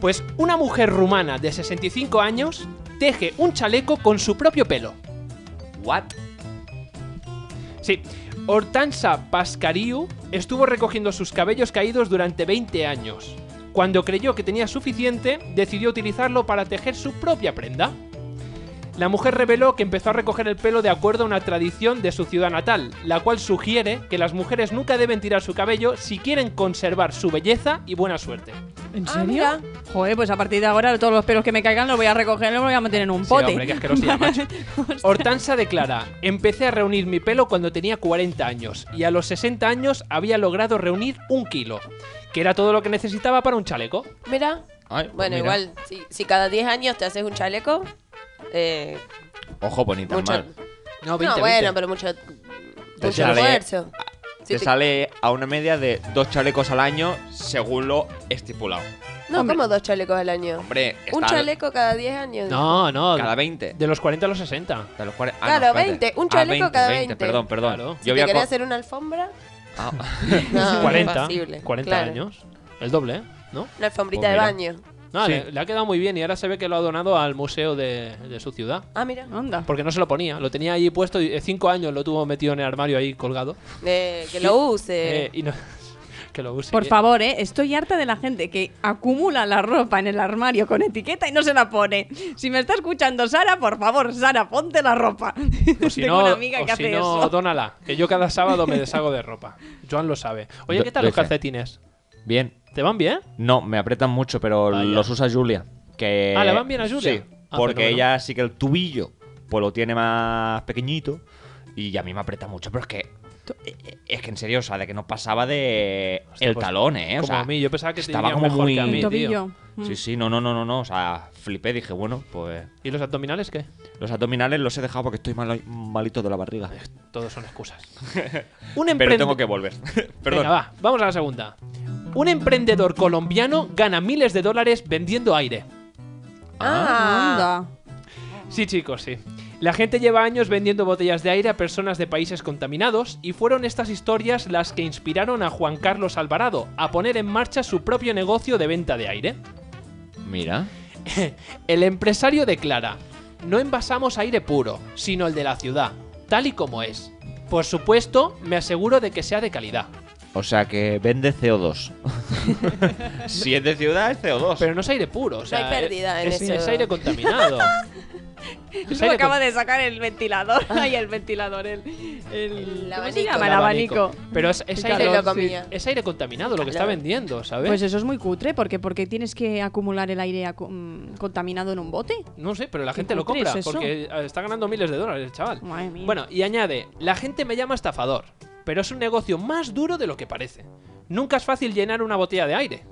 S3: pues una mujer rumana de 65 años teje un chaleco con su propio pelo.
S1: What?
S3: Sí, Hortansa Pascariu estuvo recogiendo sus cabellos caídos durante 20 años. Cuando creyó que tenía suficiente, decidió utilizarlo para tejer su propia prenda. La mujer reveló que empezó a recoger el pelo de acuerdo a una tradición de su ciudad natal, la cual sugiere que las mujeres nunca deben tirar su cabello si quieren conservar su belleza y buena suerte.
S2: ¿En
S4: Ah,
S2: serio?
S4: mira.
S2: Joder, pues a partir de ahora todos los pelos que me caigan los voy a recoger y los voy a meter en un
S3: Sí,
S2: pote.
S3: hombre, qué asquerosidad, macho. Hortanza declara, empecé a reunir mi pelo cuando tenía 40 años y a los 60 años había logrado reunir un kilo, que era todo lo que necesitaba para un chaleco.
S4: Mira.
S1: Ay, pues
S4: Bueno,
S1: mira.
S4: igual, si, si cada 10 años te haces un chaleco, eh,
S1: Ojo, bonita,
S4: mucho...
S1: mal.
S3: No,
S4: no,
S3: 20,
S4: bueno,
S3: 20.
S4: pero mucho,
S1: Te
S4: mucho
S1: sale- Ah,
S4: esfuerzo. Si
S1: te
S4: te-
S1: sale a una media de dos chalecos al año según lo estipulado.
S4: No,
S2: Hombre.
S4: como dos chalecos al año.
S1: Hombre,
S4: un
S1: está
S4: chaleco cada 10 años.
S3: No, no.
S1: cada 20.
S3: De los 40 a los 60.
S1: De los cuare- ah,
S4: Claro,
S1: espérate.
S4: 20, un
S1: Ah,
S4: chaleco cada 20.
S1: Perdón, perdón.
S3: Claro.
S1: Yo
S4: Si
S1: voy
S4: te
S1: a
S4: querías
S1: co-
S4: hacer una alfombra,
S1: Ah,
S4: no,
S3: 40.
S4: imposible.
S3: 40
S4: Claro.
S3: años. El doble, ¿eh? ¿no?
S4: Una alfombrita
S1: Pues
S4: de
S1: mira.
S4: baño.
S3: No,
S1: Sí.
S3: le, le ha quedado muy bien y ahora se ve que lo ha donado al museo de, de su ciudad.
S4: Ah, mira.
S2: Anda.
S3: Porque no se lo ponía, lo tenía allí puesto y eh, cinco años lo tuvo metido en el armario ahí colgado.
S4: Eh, que lo
S3: Eh,
S4: use.
S3: y no, que lo use.
S2: Por
S3: Eh,
S2: favor, ¿eh? estoy harta de la gente que acumula la ropa en el armario con etiqueta y no se la pone. Si me está escuchando Sara, por favor, Sara, ponte la ropa.
S3: o Pues si
S2: Pues Tengo
S3: no,
S2: una amiga
S3: o
S2: que
S3: si
S2: hace
S3: no,
S2: eso.
S3: dónala. Que yo cada sábado me deshago de ropa. Joan lo sabe. Oye,
S1: Do-
S3: ¿qué tal
S1: doy
S3: los
S1: fe.
S3: calcetines?
S1: bien.
S3: ¿Te van bien?
S1: No, me aprietan mucho, pero
S3: Vaya.
S1: los usa Julia. Que...
S3: Ah, ¿le van bien a Julia?
S1: Sí,
S3: Ah,
S1: porque
S3: fenómeno.
S1: ella sí que el tubillo pues lo tiene más pequeñito y a mí me aprieta mucho, pero es que... e, Es que en serio, o sea, de que no pasaba de el
S3: pues,
S1: talón, ¿eh? O
S3: como
S1: sea,
S3: a mí, yo Mm. pensaba que te
S1: estaba
S3: iría
S1: como
S3: mejor
S1: muy...
S3: que a mí,
S2: El
S3: tío.
S2: tobillo. Mm.
S1: Sí, sí, no, no, no, no, no, o sea, flipé, dije, bueno, pues
S3: ¿Y los abdominales qué?
S1: los abdominales los he dejado porque estoy mal- malito de la barriga.
S3: Todos son excusas. Un
S1: Pero
S3: emprendedor.
S1: tengo que volver. Perdón.
S3: Venga, va, vamos a la segunda. Un emprendedor colombiano gana miles de dólares vendiendo aire.
S4: Ah,
S2: Anda.
S3: Sí, chicos, sí. La gente lleva años vendiendo botellas de aire a personas de países contaminados y fueron estas historias las que inspiraron a Juan Carlos Alvarado a poner en marcha su propio negocio de venta de aire.
S1: Mira.
S3: El empresario declara, no envasamos aire puro, sino el de la ciudad, tal y como es. Por supuesto, me aseguro de que sea de calidad.
S1: O sea que vende CO2. si es de ciudad, es CO2.
S3: Pero no es aire puro, o sea,
S4: hay pérdida en
S3: es,
S4: eso.
S3: es aire contaminado. Es
S2: Luego
S3: aire
S2: acaba
S3: con-
S2: de sacar el ventilador.
S3: Ah.
S2: Ay, el ventilador, el. el-
S4: El
S2: ¿Cómo se
S4: abanico.
S2: llama? El abanico.
S3: Pero es, es
S2: El
S3: aire,
S4: calor, sí.
S3: es aire contaminado lo que está
S4: Calor.
S3: vendiendo, ¿sabes?
S2: Pues eso es muy cutre, porque porque tienes que acumular el aire acu- mm, contaminado en un bote?
S3: No sé, pero la
S2: ¿Qué
S3: gente lo
S2: cutre
S3: compra
S2: es eso?
S3: porque eh, está ganando miles de dólares el chaval.
S2: Madre mía.
S3: Bueno, y añade, la gente me llama estafador, pero es un negocio más duro de lo que parece. Nunca es fácil llenar una botella de aire.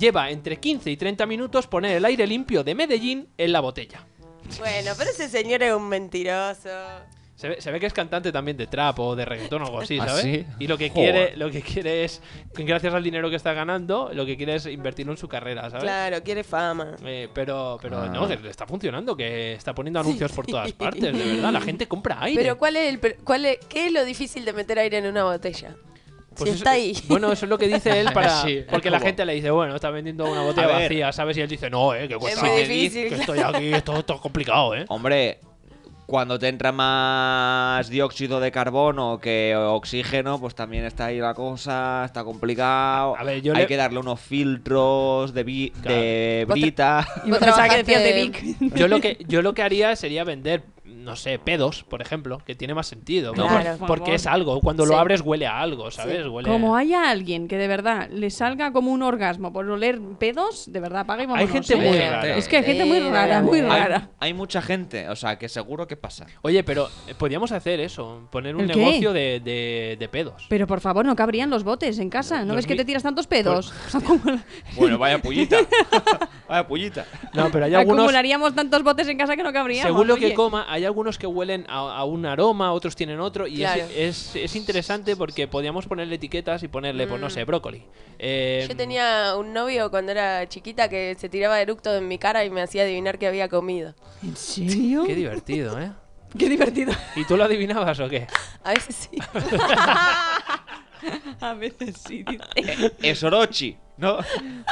S3: Lleva entre 15 y 30 minutos poner el aire limpio de Medellín en la botella.
S4: Bueno, pero ese señor es un mentiroso.
S3: Se ve, se ve que es cantante también de trap o de reggaetón o algo así,
S1: ¿Ah,
S3: ¿sabes?
S1: sí?
S3: Y lo que
S1: Joder.
S3: quiere, lo que quiere es, gracias al dinero que está ganando, lo que quiere es invertirlo en su carrera, ¿sabes?
S4: Claro, quiere fama.
S3: Eh, pero pero
S1: Ah.
S3: no, que le está funcionando, que está poniendo anuncios por todas partes, de verdad. La gente compra aire.
S4: Pero ¿cuál es el per- cuál es- qué es lo difícil de meter aire en una botella?
S3: Pues
S4: si
S3: eso-
S4: está ahí.
S3: Bueno, eso es lo que dice él para.
S1: Sí, es
S3: porque la
S1: como-
S3: gente le dice, bueno, está vendiendo una botella
S1: A ver.
S3: vacía, ¿sabes? Y él dice, no, eh, que cuesta.
S4: muy
S3: que
S4: difícil,
S3: que estoy aquí, esto, esto es complicado, eh.
S1: Hombre, cuando te entra más dióxido de carbono que oxígeno, pues también está ahí la cosa, está complicado.
S3: A ver, yo
S1: Hay
S3: le-
S1: que darle unos filtros de, vi- de
S2: Claro.
S1: brita.
S2: Y
S4: Vos
S2: pensaba que decías de
S4: trabajaste-
S2: Vic.
S3: Yo lo que, yo lo que haría sería vender, no sé, pedos, por ejemplo, que tiene más sentido. ¿no?
S4: Claro.
S3: Por- porque es algo. Cuando lo
S4: Sí.
S3: abres huele a algo, ¿sabes?
S4: Sí.
S3: Huele
S2: Como haya alguien que de verdad le salga como un orgasmo por oler pedos, de verdad, paga y vámonos,
S3: gente
S2: ¿eh?
S3: muy
S1: rara.
S2: Es que hay gente muy
S4: Sí,
S2: rara, muy
S4: Hay-
S2: rara.
S1: Hay mucha gente, o sea, que seguro que pasa.
S3: Oye, pero eh, podríamos hacer eso, poner un
S2: ¿El qué?
S3: negocio de, de- de pedos.
S2: Pero por favor, no cabrían los botes en casa. ¿No
S3: Los
S2: ves que
S3: mi-
S2: te
S3: Pues,
S2: tiras tantos pedos? Acumula-
S1: Bueno, vaya pullita. vaya pullita.
S3: No, pero hay algunos.
S2: Acumularíamos tantos botes en casa que no cabríamos.
S3: Según lo que
S2: oye.
S3: coma, hay algunos que huelen a, a un aroma, otros tienen otro, y es-
S4: Claro.
S3: es, es interesante porque podíamos ponerle etiquetas y ponerle, pues no sé, brócoli. Eh,
S4: Yo tenía un novio cuando era chiquita que se tiraba eructo en mi cara y me hacía adivinar qué había comido.
S2: ¿En serio?
S3: Qué divertido, ¿eh?
S2: Qué divertido.
S3: ¿Y tú lo adivinabas o qué?
S4: A veces sí.
S2: A veces sí, dice.
S1: Es Orochi, ¿no?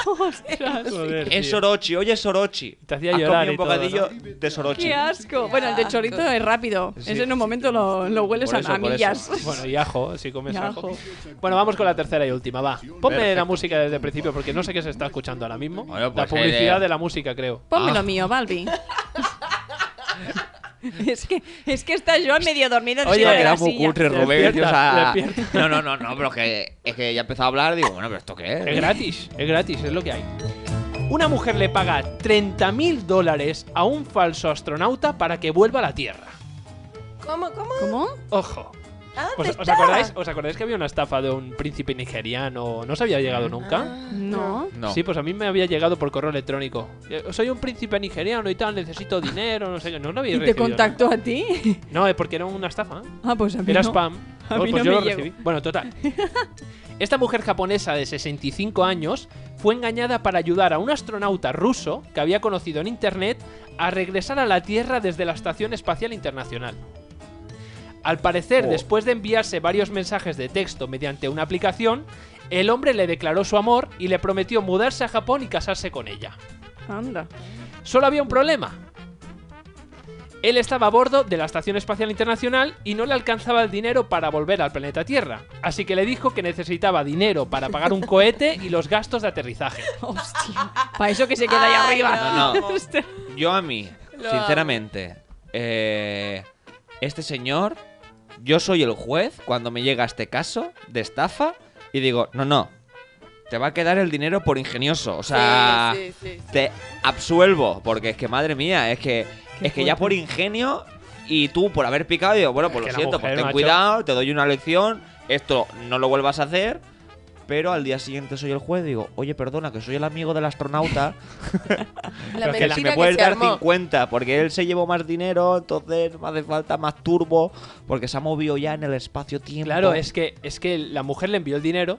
S2: Ostras.
S3: Joder, tío.
S1: Es Orochi, oye es Orochi.
S3: Te hacía
S1: Has
S3: llorar
S1: comido un
S3: y todo,
S1: bocadillo de Sorochi.
S2: Qué asco. Bueno, el de chorito es rápido.
S1: Sí.
S2: Ese en un momento lo, lo hueles
S1: Por
S2: a-
S1: eso,
S2: a
S1: por
S2: millas.
S3: Bueno, y ajo, si comes
S2: Y
S3: ajo.
S2: ajo.
S3: Bueno, vamos con la tercera y última, va. Ponme la música desde el principio porque no sé qué se está escuchando ahora mismo.
S1: Bueno,
S3: la
S1: pues,
S3: publicidad
S1: eh,
S3: de la música, creo.
S2: Ponme
S1: Ah.
S2: lo mío, Balbi. es, que, es que está yo medio dormido
S3: Oye,
S1: Se
S2: encima
S1: me ha
S2: de la
S1: quedado muy
S2: silla.
S1: cutre,
S3: Despierta,
S1: Rubén. tío, o sea,
S3: despierta.
S1: no, no, no, no, pero que, es que ya he empezado a hablar digo, bueno, pero ¿esto qué es?
S3: Es gratis, es gratis, es lo que hay. Una mujer le paga 30.000 dólares a un falso astronauta para que vuelva a la Tierra.
S4: ¿Cómo, cómo? ¿Ah?
S2: ¿Cómo?
S3: Ojo.
S4: ¿A dónde
S2: Pues
S3: ¿Os, os
S4: está?
S3: acordáis, ¿Os acordáis que había una estafa de un príncipe nigeriano? No se había
S2: Ah.
S3: llegado nunca.
S2: No.
S1: No.
S3: Sí, pues a mí me había llegado por correo electrónico. Eh, Soy un príncipe nigeriano y tal, necesito dinero, no sé qué. No lo había
S2: ¿Y te
S3: recibido, ¿no?
S2: contactó a ti?
S3: No, es porque era una estafa.
S2: Ah, pues a mí
S3: Era
S2: no.
S3: spam.
S2: A
S3: Oh,
S2: mí
S3: pues
S2: no
S3: yo
S2: me
S3: lo recibí. Bueno, total. Esta mujer japonesa de 65 años fue engañada para ayudar a un astronauta ruso que había conocido en internet a regresar a la Tierra desde la Estación Espacial Internacional. Al parecer,
S1: Oh.
S3: después de enviarse varios mensajes de texto mediante una aplicación, el hombre le declaró su amor y le prometió mudarse a Japón y casarse con ella.
S2: Anda.
S3: Solo había un problema. Él estaba a bordo de la Estación Espacial Internacional y no le alcanzaba el dinero para volver al planeta Tierra. Así que le dijo que necesitaba dinero para pagar un cohete y los gastos de aterrizaje.
S2: Hostia. Para eso que se queda ahí
S4: Ay,
S2: arriba.
S1: No, no.
S2: Hostia.
S1: Yo a mí,
S4: Lo
S1: sinceramente, eh, este señor, yo soy el juez cuando me llega este caso de estafa y digo, no, no, te va a quedar el dinero por ingenioso, o sea,
S4: Sí, sí, sí, sí.
S1: te absuelvo, porque es que madre mía, es que,
S2: Qué
S1: es que ya
S2: fuerte.
S1: por ingenio y tú por haber picado, digo, bueno, pues lo
S3: Es que la
S1: siento,
S3: mujer,
S1: pues ten
S3: macho.
S1: cuidado, te doy una lección, esto no lo vuelvas a hacer. Pero al día siguiente soy el juez, digo, oye, perdona, que soy el amigo del astronauta.
S4: La
S3: Pero que
S4: mentira
S1: si
S4: que,
S1: me puedes
S4: se
S1: dar
S4: armó.
S1: 50, porque él se llevó más dinero, entonces me hace falta más turbo, porque se ha movido ya en el espacio-tiempo.
S3: Claro, es que, es que la mujer le envió el dinero,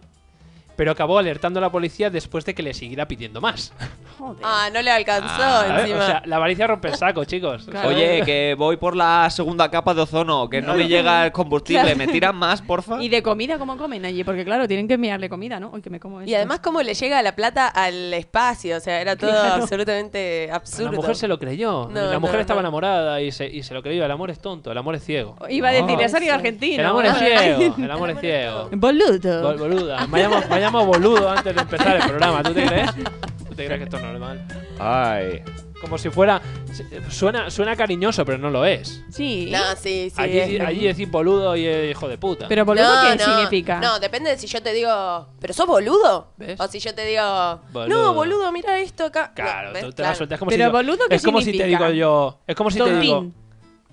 S3: pero acabó alertando a la policía después de que le siguiera pidiendo más.
S2: Joder.
S4: Ah, no le alcanzó
S1: Ah,
S3: A ver,
S4: encima.
S3: eh, O sea, la avaricia rompe el saco, chicos.
S2: Claro.
S1: Oye, que voy por la segunda capa de ozono, que no me llega el combustible. ¿Me tiran más, porfa?
S2: ¿Y de comida cómo comen allí? Porque claro, tienen que enviarle comida, ¿no? Hoy que me como
S4: y
S2: esto.
S4: además cómo le llega la plata al espacio, o sea, era todo
S2: Claro.
S4: absolutamente absurdo.
S3: La mujer se lo creyó.
S4: No,
S3: la mujer
S4: no,
S3: estaba
S4: no.
S3: enamorada y se, y se lo creyó. El amor es tonto, el amor es ciego.
S2: Iba a decir,
S4: Ah,
S2: ha salido
S4: sí.
S2: argentino.
S3: El amor es
S2: Ay,
S3: ciego, el amor es ciego.
S2: Boludo.
S3: Bol- boluda. Me ha llamado- me ha llamado boludo antes de empezar el programa, ¿tú te crees? ¿Tú te crees que esto es normal?
S1: Ay.
S3: Como si fuera. Suena, suena cariñoso, pero no lo es.
S2: Sí.
S4: No, sí, sí.
S3: allí,
S4: es lo
S3: allí decir boludo y eh, hijo de puta.
S2: Pero boludo, ¿qué significa?
S4: No, depende de si yo te digo, ¿pero sos boludo?
S3: ¿Ves?
S4: O si yo te digo,
S3: Boludo.
S4: no, boludo, mira esto acá.
S3: claro,
S4: No, ¿ves?
S3: tú te la
S4: Claro.
S3: sueltas. Es como
S2: Pero
S3: si yo-
S2: boludo, ¿qué
S3: Es como si te
S2: significa?
S3: digo yo. Es como si te digo.
S2: Tontín.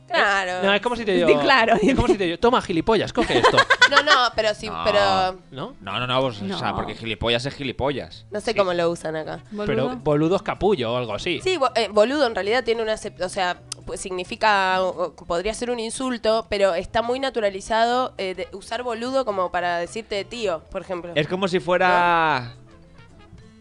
S4: Claro.
S3: No, es como si te
S2: Sí,
S3: digo.
S2: claro.
S3: Es como si te digo. Toma, gilipollas, coge esto.
S4: No, no, pero sí,
S1: No.
S4: pero
S3: ¿No?
S1: No, no, no, pues, o sea,
S2: No.
S1: porque gilipollas es gilipollas.
S4: no sé cómo lo usan acá.
S2: Boludo.
S3: Pero boludo es capullo o algo así.
S4: Sí, bo- eh, boludo en realidad tiene una, acep- o sea, pues significa, o- o podría ser un insulto, pero está muy naturalizado eh, de- usar boludo como para decirte tío, por ejemplo.
S1: Es como si fuera.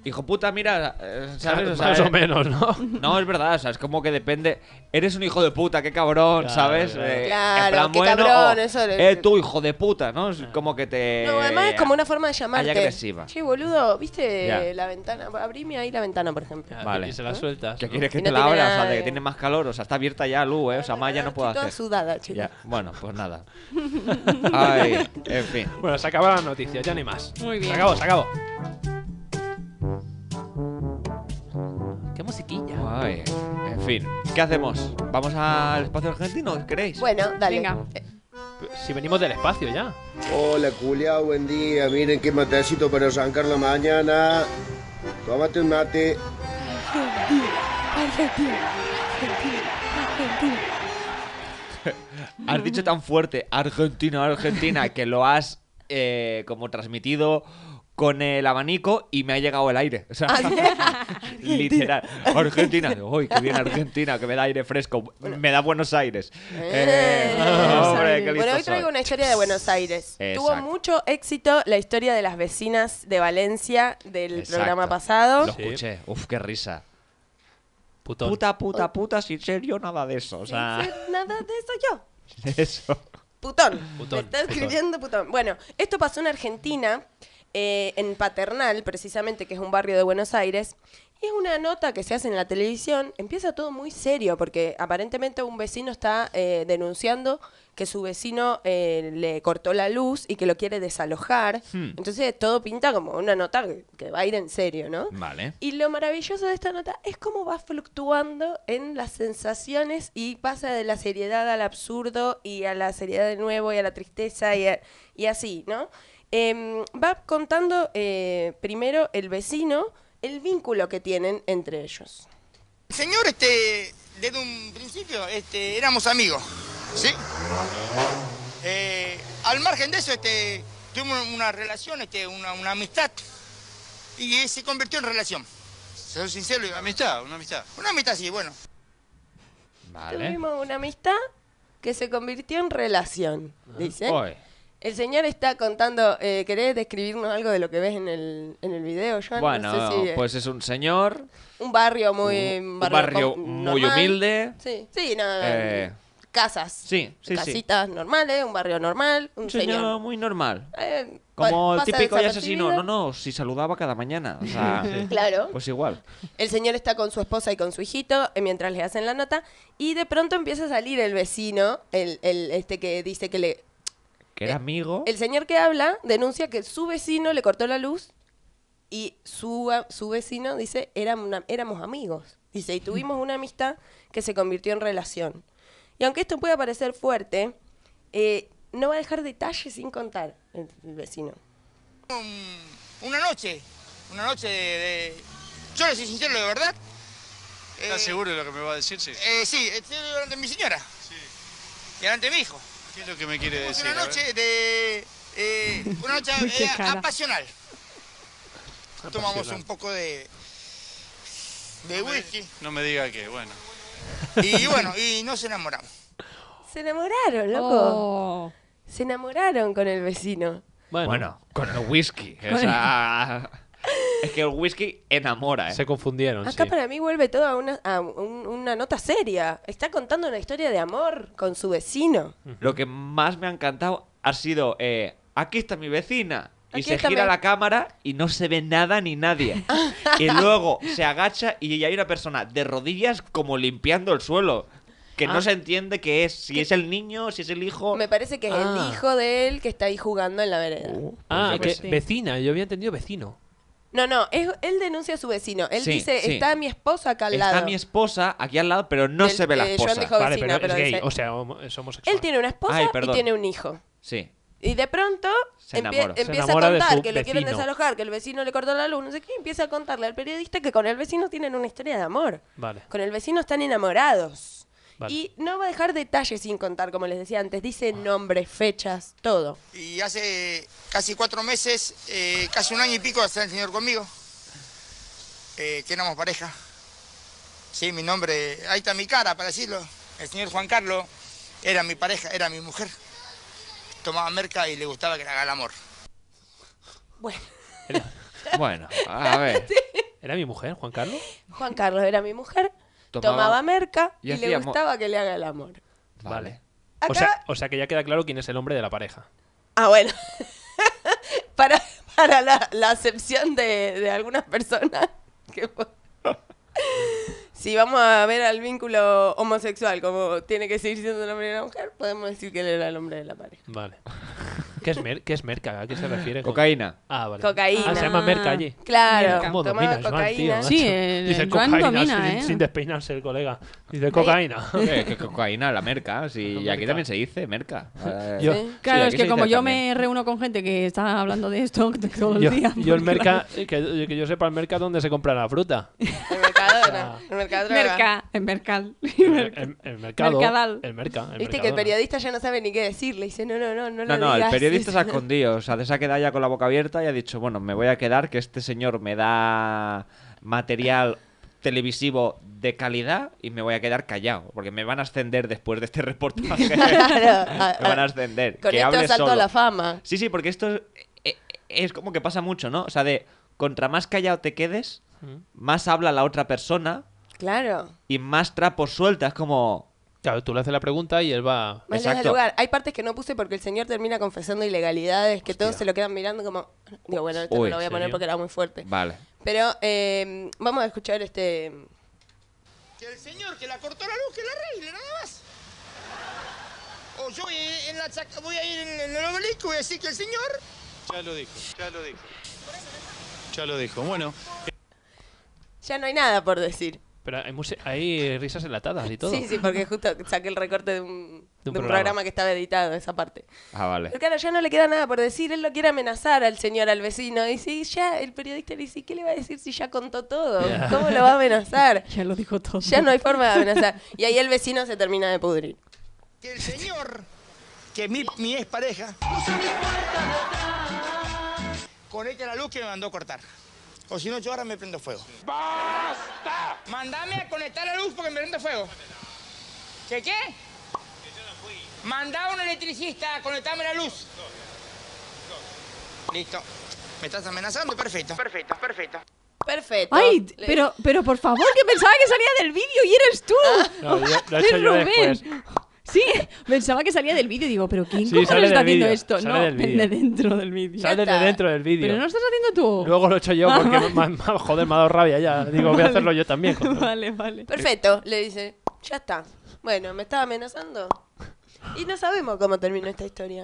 S1: Hijo puta, mira, eh, ¿sabes? O sea,
S3: Más
S1: eh,
S3: o menos, ¿no?
S1: No, es verdad, o sea, es como que depende. Eres un hijo de puta, qué cabrón,
S3: Claro,
S1: ¿sabes?
S3: claro.
S1: Eh, en
S4: Claro,
S1: plan
S4: qué
S1: bueno,
S4: cabrón,
S1: o,
S4: eso le-
S1: Eh, tú, hijo de puta, ¿no?
S3: Ah.
S1: Es como que te.
S4: No, además es como una forma de llamarte.
S1: agresiva.
S4: Che, boludo, ¿viste
S1: Ya.
S4: la ventana? Abrime ahí la ventana, por ejemplo.
S1: Vale.
S3: Y se la sueltas.
S1: ¿Qué
S3: ¿no?
S1: quieres que
S4: Y no
S1: te la
S4: tiene
S1: abra? O
S4: nada
S1: sea, de que
S4: de-
S1: tiene más calor, o sea, está abierta ya luz, ¿eh? O sea, más ya no puedo
S4: Estoy toda
S1: hacer.
S4: sudada, chicos.
S1: Ya, bueno, pues nada. Ay, en fin.
S3: Bueno, se acaba la noticia, ya no hay más.
S2: Muy bien.
S3: Se acabó, se acabó. Qué musiquilla.
S1: Ay, en fin. ¿Qué hacemos? ¿Vamos al espacio argentino? ¿Queréis?
S4: Bueno, dale.
S2: Venga.
S4: Eh,
S3: Si venimos del espacio ya.
S6: Hola, culiao, buen día. Miren qué matecito para arrancar la mañana. Tómate un mate.
S1: Has dicho tan fuerte Argentina, Argentina, que lo has eh, como transmitido con el abanico y me ha llegado el aire. O sea,
S4: Ah,
S1: literal. Argentina. Uy, qué bien Argentina, que me da aire fresco. Me da Buenos Aires. Eh,
S4: Buenos
S1: hombre,
S2: Aires.
S1: qué listo
S4: Bueno, hoy traigo
S1: soy.
S4: una historia de Buenos Aires.
S1: Exacto.
S4: Tuvo mucho éxito la historia de las vecinas de Valencia del
S1: Exacto.
S4: programa pasado.
S1: Lo escuché. Uf, qué risa.
S3: Putón.
S1: Puta, puta, puta, sin serio, nada de eso. O sea,
S4: Nada de eso yo.
S1: eso.
S4: Putón.
S3: Putón,
S4: Me está
S3: putón.
S4: escribiendo putón. Bueno, esto pasó en Argentina, eh, en Paternal, precisamente, que es un barrio de Buenos Aires. Es una nota que se hace en la televisión. Empieza todo muy serio porque aparentemente un vecino está eh, denunciando que su vecino eh, le cortó la luz y que lo quiere desalojar.
S3: Hmm.
S4: Entonces todo pinta como una nota que- que va a ir en serio, ¿no?
S1: Vale.
S4: Y lo maravilloso de esta nota es cómo va fluctuando en las sensaciones y pasa de la seriedad al absurdo y a la seriedad de nuevo y a la tristeza y, a- y así, ¿no? Em, va contando eh, primero el vecino el vínculo que tienen entre ellos.
S7: Señor, este, desde un principio este, éramos amigos, ¿sí? Eh, al margen de eso, este, tuvimos una relación, este, una, una amistad, y eh, se convirtió en relación. Soy sincero, y amistad, una amistad. Una amistad, sí, bueno.
S1: Vale.
S4: Tuvimos una amistad que se convirtió en relación, dice.
S1: Ah. Oy.
S4: El señor está contando, eh, ¿querés describirnos algo de lo que ves en el, en el video, Joan? No
S1: Bueno,
S4: sé si, eh,
S1: pues es un señor.
S4: Un barrio muy.
S1: Un- un barrio
S4: com-
S1: muy humilde.
S4: Sí, sí, no,
S1: Eh,
S4: Casas.
S1: sí, sí, sí.
S4: Casitas normales, un barrio normal, un
S1: Un
S4: señor.
S1: señor muy normal.
S4: Eh,
S1: Como
S4: pa-
S1: el
S4: pasa
S1: típico y asesino. No,
S4: desapercibido.
S1: no, si saludaba cada mañana. O sea,
S4: Claro.
S1: pues igual.
S4: El señor está con su esposa y con su hijito eh, mientras le hacen la nota y de pronto empieza a salir el vecino, el, el este que dice que le.
S1: Que era amigo.
S4: Eh, El señor que habla denuncia que su vecino le cortó la luz y su, a- su vecino dice, "Eram una- éramos amigos. Dice, y tuvimos una amistad que se convirtió en relación. Y aunque esto pueda parecer fuerte, eh, no va a dejar detalles sin contar el, el vecino.
S7: Un- una noche, una noche de, de- Yo le soy sincero, de verdad.
S8: ¿Estás
S7: Eh,
S8: seguro de lo que me va a decir? Sí.
S7: Eh, sí, estoy delante de mi señora y delante de mi hijo.
S8: ¿Qué es lo que me quiere decir?
S7: una
S8: A ver.
S7: noche de. eh, una noche
S2: Qué
S7: eh,
S2: cara.
S7: apasional. Tomamos un poco de. de whisky.
S8: No me diga que, bueno.
S7: Y bueno, y nos enamoramos.
S4: Se enamoraron, loco.
S2: Oh.
S4: Se enamoraron con el vecino.
S3: Bueno,
S1: Bueno, con el whisky. O sea, es que el whisky enamora, ¿eh?
S3: se confundieron. Ah,
S4: Acá
S3: sí.
S4: para mí vuelve todo a, una, a un- una nota seria. Está contando una historia de amor con su vecino.
S1: Lo que más me ha encantado ha sido, eh, aquí está mi vecina. Y
S4: Aquí
S1: se
S4: está
S1: gira
S4: mi-
S1: la cámara y no se ve nada ni nadie. y luego se agacha y hay una persona de rodillas como limpiando el suelo. Que no se entiende qué es, si es el niño, si es el hijo.
S4: Ah. Me parece que es
S3: Ah.
S4: el hijo de él que está ahí jugando en la vereda.
S3: Ah,
S1: Pues yo
S3: que
S1: qué
S4: sé.
S3: vecina, yo había entendido vecino.
S4: No, no, es- él denuncia a su vecino. Él
S1: Sí,
S4: dice,
S1: sí.
S4: está mi esposa acá al
S1: Está
S4: lado.
S1: mi esposa aquí al lado, pero no
S4: Del-
S1: se ve la
S4: eh, Joan
S1: esposa.
S4: dijo- Vecina,
S3: vale, pero,
S4: pero
S3: es gay,
S4: dice-
S3: o sea, homo- es homosexual.
S4: él tiene una esposa
S1: Ay,
S4: y
S1: perdón.
S4: tiene un hijo.
S1: Sí.
S4: Y de pronto
S1: Se
S4: empie-
S1: enamora. Se
S4: empieza a
S3: enamora de
S4: contar
S3: su
S4: que lo quieren
S3: vecino.
S4: desalojar, que el vecino le cortó la luz, no sé qué, y empieza a contarle al periodista que con el vecino tienen una historia de amor.
S3: Vale.
S4: Con el vecino están enamorados.
S3: Vale.
S4: Y no va a dejar detalles sin contar, como les decía antes.
S1: Ah.
S4: Dice nombres, fechas, todo.
S7: Y hace casi cuatro meses, eh, casi un año y pico, está el señor conmigo. eh, que éramos pareja. Sí, mi nombre, ahí está mi cara para decirlo. El señor Juan Carlos era mi pareja, era mi mujer. Tomaba merca y le gustaba que le haga el amor.
S4: Bueno,
S1: Bueno, a ver.
S3: ¿Era mi mujer, Juan Carlos?
S4: Juan Carlos era mi Ah,
S3: Ah,
S1: este este
S2: Este
S3: Eh,
S1: e,
S3: Claro, tú le haces la pregunta y él va.
S4: Más lejos del
S1: Exacto.
S4: lugar. Hay partes que no puse porque el señor termina confesando ilegalidades, que todos se lo quedan mirando como... Digo, bueno, esto
S1: Uy,
S4: no lo voy a
S3: ¿en
S4: poner
S3: serio?
S4: porque era muy fuerte.
S1: Vale.
S4: Pero eh, vamos a escuchar este...
S7: Que el señor que la cortó la luz, que la arregle, nada más. O yo voy a ir en, la chac- voy a ir en- en el obelisco y voy a decir que el señor...
S8: Ya lo dijo, ya lo dijo. Ya lo dijo. Bueno,
S4: Ya no hay nada por decir.
S3: Pero hay, muse- hay risas enlatadas y todo.
S4: Sí, sí, porque justo saqué el recorte de un, de un programa.
S3: programa
S4: que estaba editado, esa parte.
S1: Ah, vale.
S4: Pero claro, ya no le queda nada por decir, él lo quiere amenazar al señor, al vecino. Y si ya, el periodista le dice, ¿qué le va a decir si ya contó todo? ¿Cómo lo va a amenazar?
S3: eh.
S2: Ya lo dijo todo.
S4: Ya no hay forma de amenazar. Y ahí el vecino se termina de pudrir.
S7: Que el señor, que mi, mi expareja, conecte la luz que me mandó a cortar. O si no, yo ahora me prendo fuego. ¡Basta! Mandame a conectar la luz porque me prendo fuego. ¿Qué qué? Mandá a un electricista a conectarme la luz. Listo. ¿Me estás amenazando? Perfecto. Perfecto, perfecto.
S4: Perfecto.
S2: Ay,
S4: Le-
S2: pero, pero por favor, que pensaba que salía del vídeo y eres tú.
S4: Ah.
S3: No, yo- lo he
S2: Joder,
S3: hecho yo
S2: Rubén.
S3: después.
S2: Sí, pensaba que salía del vídeo y digo, pero ¿quién
S3: Sí,
S2: cojones
S3: sale
S2: está
S3: del
S2: haciendo
S3: vídeo,
S2: esto?
S3: sale
S2: no,
S3: del vídeo.
S2: de dentro del vídeo.
S3: Sale de
S4: está.
S3: dentro del vídeo.
S2: Pero no lo estás haciendo tú.
S3: Luego lo he hecho yo
S2: Ah,
S3: porque
S2: vale.
S3: me- me- me- joder, me ha dado rabia ya. Digo, voy a
S2: Vale.
S3: hacerlo yo también. joder.
S2: Vale, vale.
S4: Perfecto, le dice. Ya está. Bueno, me estaba amenazando. Y no sabemos cómo terminó esta historia.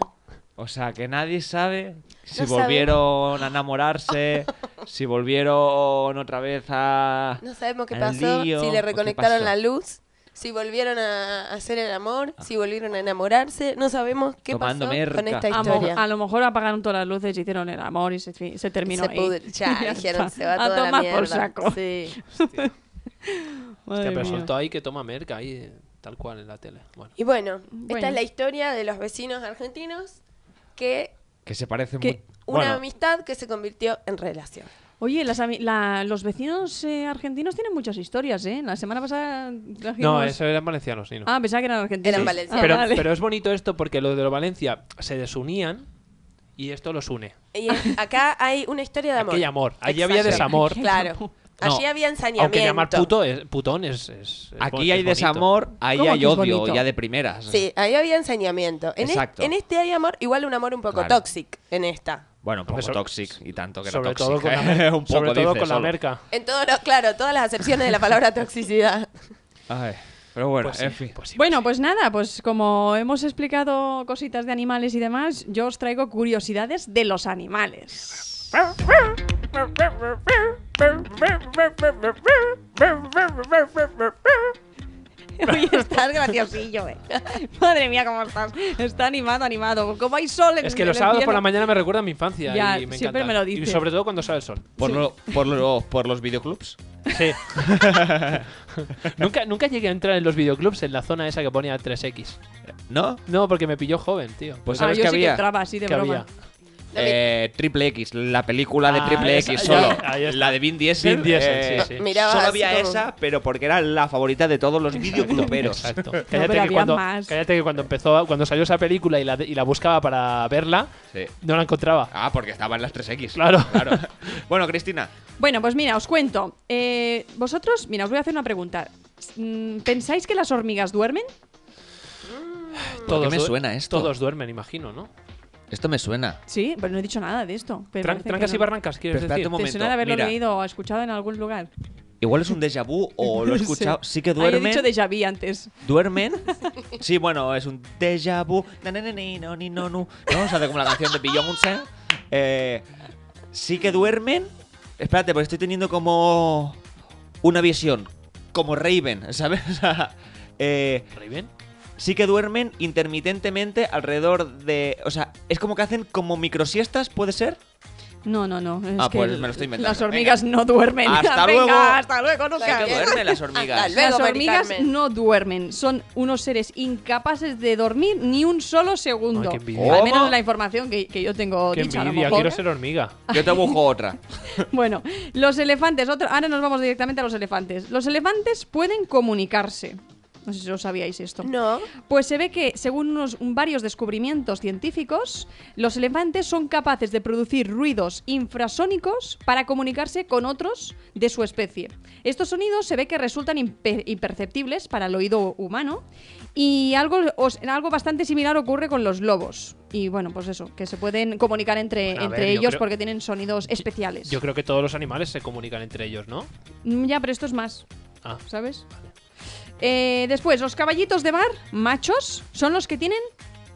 S1: O sea, que nadie sabe si
S4: No
S1: volvieron a enamorarse, si volvieron otra vez a...
S4: No sabemos qué
S1: al
S4: pasó,
S1: lío,
S4: si
S1: o
S4: le
S1: qué
S4: reconectaron
S1: pasó. Ah.
S4: la luz, si volvieron a hacer el amor, si volvieron a enamorarse. No sabemos qué
S1: Tomando
S4: pasó
S1: merca.
S4: con esta
S2: A, mo-
S4: historia.
S2: a lo mejor apagaron todas las luces, hicieron el amor y se, fi- se terminó
S4: Se
S2: ahí.
S4: pudre- ya,
S2: Y
S4: dijeron,
S2: está.
S4: se va
S2: a
S4: toda la
S2: tomar por
S4: mierda.
S2: saco.
S4: Sí.
S3: Hostia,
S2: Madre
S3: pero
S2: mía.
S3: soltó ahí que toma merca ahí, eh, tal cual en la tele. Bueno.
S4: Y bueno,
S2: Bueno.
S4: esta es la historia de los vecinos argentinos que
S1: Que se parecen
S2: Que
S1: mu-
S4: una
S1: Bueno,
S4: amistad que se convirtió en relación.
S2: Oye, las ami- la- los vecinos eh, argentinos tienen muchas historias, ¿eh? La semana pasada trajimos...
S3: No, eso eran valencianos, Nino.
S2: Ah, pensaba que eran argentinos.
S4: Eran valencianos.
S2: Ah,
S3: pero,
S2: vale.
S3: pero es bonito esto porque los de los Valencia se desunían y esto los une.
S4: Y es- acá hay una historia de amor.
S3: Aquí hay amor. Allí había
S4: Exacto.
S3: desamor.
S4: Claro. Allí
S3: No,
S4: había ensañamiento.
S3: Aunque llamar puto es, putón es. es- es bo-
S1: aquí
S3: es
S1: hay
S3: bonito.
S1: desamor, ahí
S2: ¿Cómo
S1: hay
S2: que es
S1: odio,
S2: bonito?
S1: ya de primeras.
S4: Sí, ahí había ensañamiento. En, es-
S1: Exacto.
S4: en este hay amor, igual un amor un poco
S1: Claro.
S4: tóxico en esta.
S1: Bueno, un poco
S3: Hombre, so-
S1: toxic y tanto que
S3: Sobre
S1: era toxic.
S3: todo con la,
S1: ¿eh?
S3: mer-
S1: un poco
S3: sobre todo
S1: dice
S3: con la
S1: solo.
S3: merca.
S4: En todos los, claro, todas las acepciones de la palabra toxicidad.
S1: Ay, pero bueno,
S3: Pues sí,
S1: en fin.
S3: pues sí,
S2: Bueno,
S3: pues
S2: pues nada, pues como hemos explicado cositas de animales y demás, yo os traigo curiosidades de los animales. Oye, estás graciosillo, eh. Madre mía, cómo estás. Está animado, animado. Como hay sol en
S3: Es que
S2: en
S3: los
S2: el
S3: sábados por
S2: cielo.
S3: la mañana me recuerda a mi infancia
S2: Ya,
S3: y me
S2: siempre
S3: encanta.
S2: me lo dice.
S3: Y sobre todo cuando sale el sol.
S1: Por, lo- por, lo- por los videoclubs.
S3: Sí. nunca, nunca llegué a entrar en los videoclubs en la zona esa que ponía 3X.
S1: ¿No?
S3: No, porque me pilló joven, tío.
S1: Pues
S2: Ah,
S1: sabes
S2: yo
S1: que
S2: sí que
S1: había.
S2: entraba así de
S3: ¿Qué
S2: broma.
S3: había?
S1: Eh, Triple X, la película de
S3: Ah,
S1: Triple
S3: esa-
S1: X
S3: ya,
S1: solo.
S3: ahí está.
S1: La de Vin Diesel.
S3: Vin Diesel,
S1: eh,
S3: sí, sí.
S4: Mirabas
S1: Solo
S4: así
S1: había
S4: como-
S1: esa, pero porque era la favorita de todos los videocluberos.
S3: Exacto.
S2: pero
S3: Cállate, que
S2: había
S3: cuando,
S2: más.
S3: cállate que cuando empezó, cuando salió esa película y la, y la buscaba para verla,
S1: Sí.
S3: no la encontraba.
S1: Ah, porque estaban las 3X.
S3: Claro.
S1: Bueno, Cristina,
S2: Bueno, pues mira, os cuento. Eh, vosotros, mira, os voy a hacer una pregunta. Mm, ¿Pensáis que las hormigas duermen?
S1: ¿por qué me
S3: du-
S1: suena esto?
S3: Todos duermen, imagino, ¿no?
S1: Esto me suena.
S2: Sí, pero no he dicho nada de esto. pero
S3: Tran-
S2: parece que
S3: trancas
S2: no.
S3: y barrancas, quieres
S1: Pero espérate
S3: decir.
S1: un momento.
S2: ¿Te suena de haberlo
S1: Mira,
S2: leído o escuchado en algún lugar?
S1: Igual es un déjà vu o lo he
S2: No sé.
S1: escuchado. Sí que
S2: Ah, yo
S1: duermen.
S2: he dicho déjà vu antes.
S1: ¿Duermen? Sí, bueno, es un déjà vu. Na, na, na, ni, no, ni, no, nu. ¿No? O sea, de como la canción de Beyoncé. Eh, sí que duermen. Espérate, porque estoy teniendo como una visión. Como Raven, ¿sabes? O sea, eh,
S3: ¿Raven?
S1: sí que duermen intermitentemente alrededor de... O sea, es como que hacen como microsiestas, ¿puede ser?
S2: No, no, no. es
S1: Ah,
S2: que
S1: pues me lo estoy inventando.
S2: Las hormigas no duermen.
S1: Hasta
S2: Venga,
S1: luego.
S2: Hasta luego, nunca.
S1: Sí que duermen las hormigas.
S4: Hasta luego,
S2: las
S4: Mari
S2: hormigas
S4: Carmen.
S2: no duermen. Son unos seres incapaces de dormir ni un solo segundo.
S3: Ay, qué envidia.
S2: Al
S1: ¿Cómo?
S2: menos la información que, que yo tengo
S3: Qué
S2: dicha. a lo
S3: envidia,
S2: mejor.
S3: quiero ser hormiga.
S1: Yo te busco otra.
S2: Bueno, los elefantes. Otro, ahora nos vamos directamente a los elefantes. Los elefantes pueden comunicarse. No sé si lo sabíais esto.
S4: No.
S2: Pues se ve que, según unos, varios descubrimientos científicos, los elefantes son capaces de producir ruidos infrasónicos para comunicarse con otros de su especie. Estos sonidos se ve que resultan impe- imperceptibles para el oído humano Y algo, os- algo bastante similar ocurre con los lobos. Y bueno, pues eso, que se pueden comunicar entre,
S3: Bueno, a
S2: entre
S3: ver, yo
S2: ellos
S3: creo-
S2: porque tienen sonidos especiales.
S3: Yo creo que todos los animales se comunican entre ellos, ¿no?
S2: Mm, Ya, pero esto es más.
S3: Ah.
S2: ¿Sabes? Eh, después, los caballitos de bar, machos, son los que tienen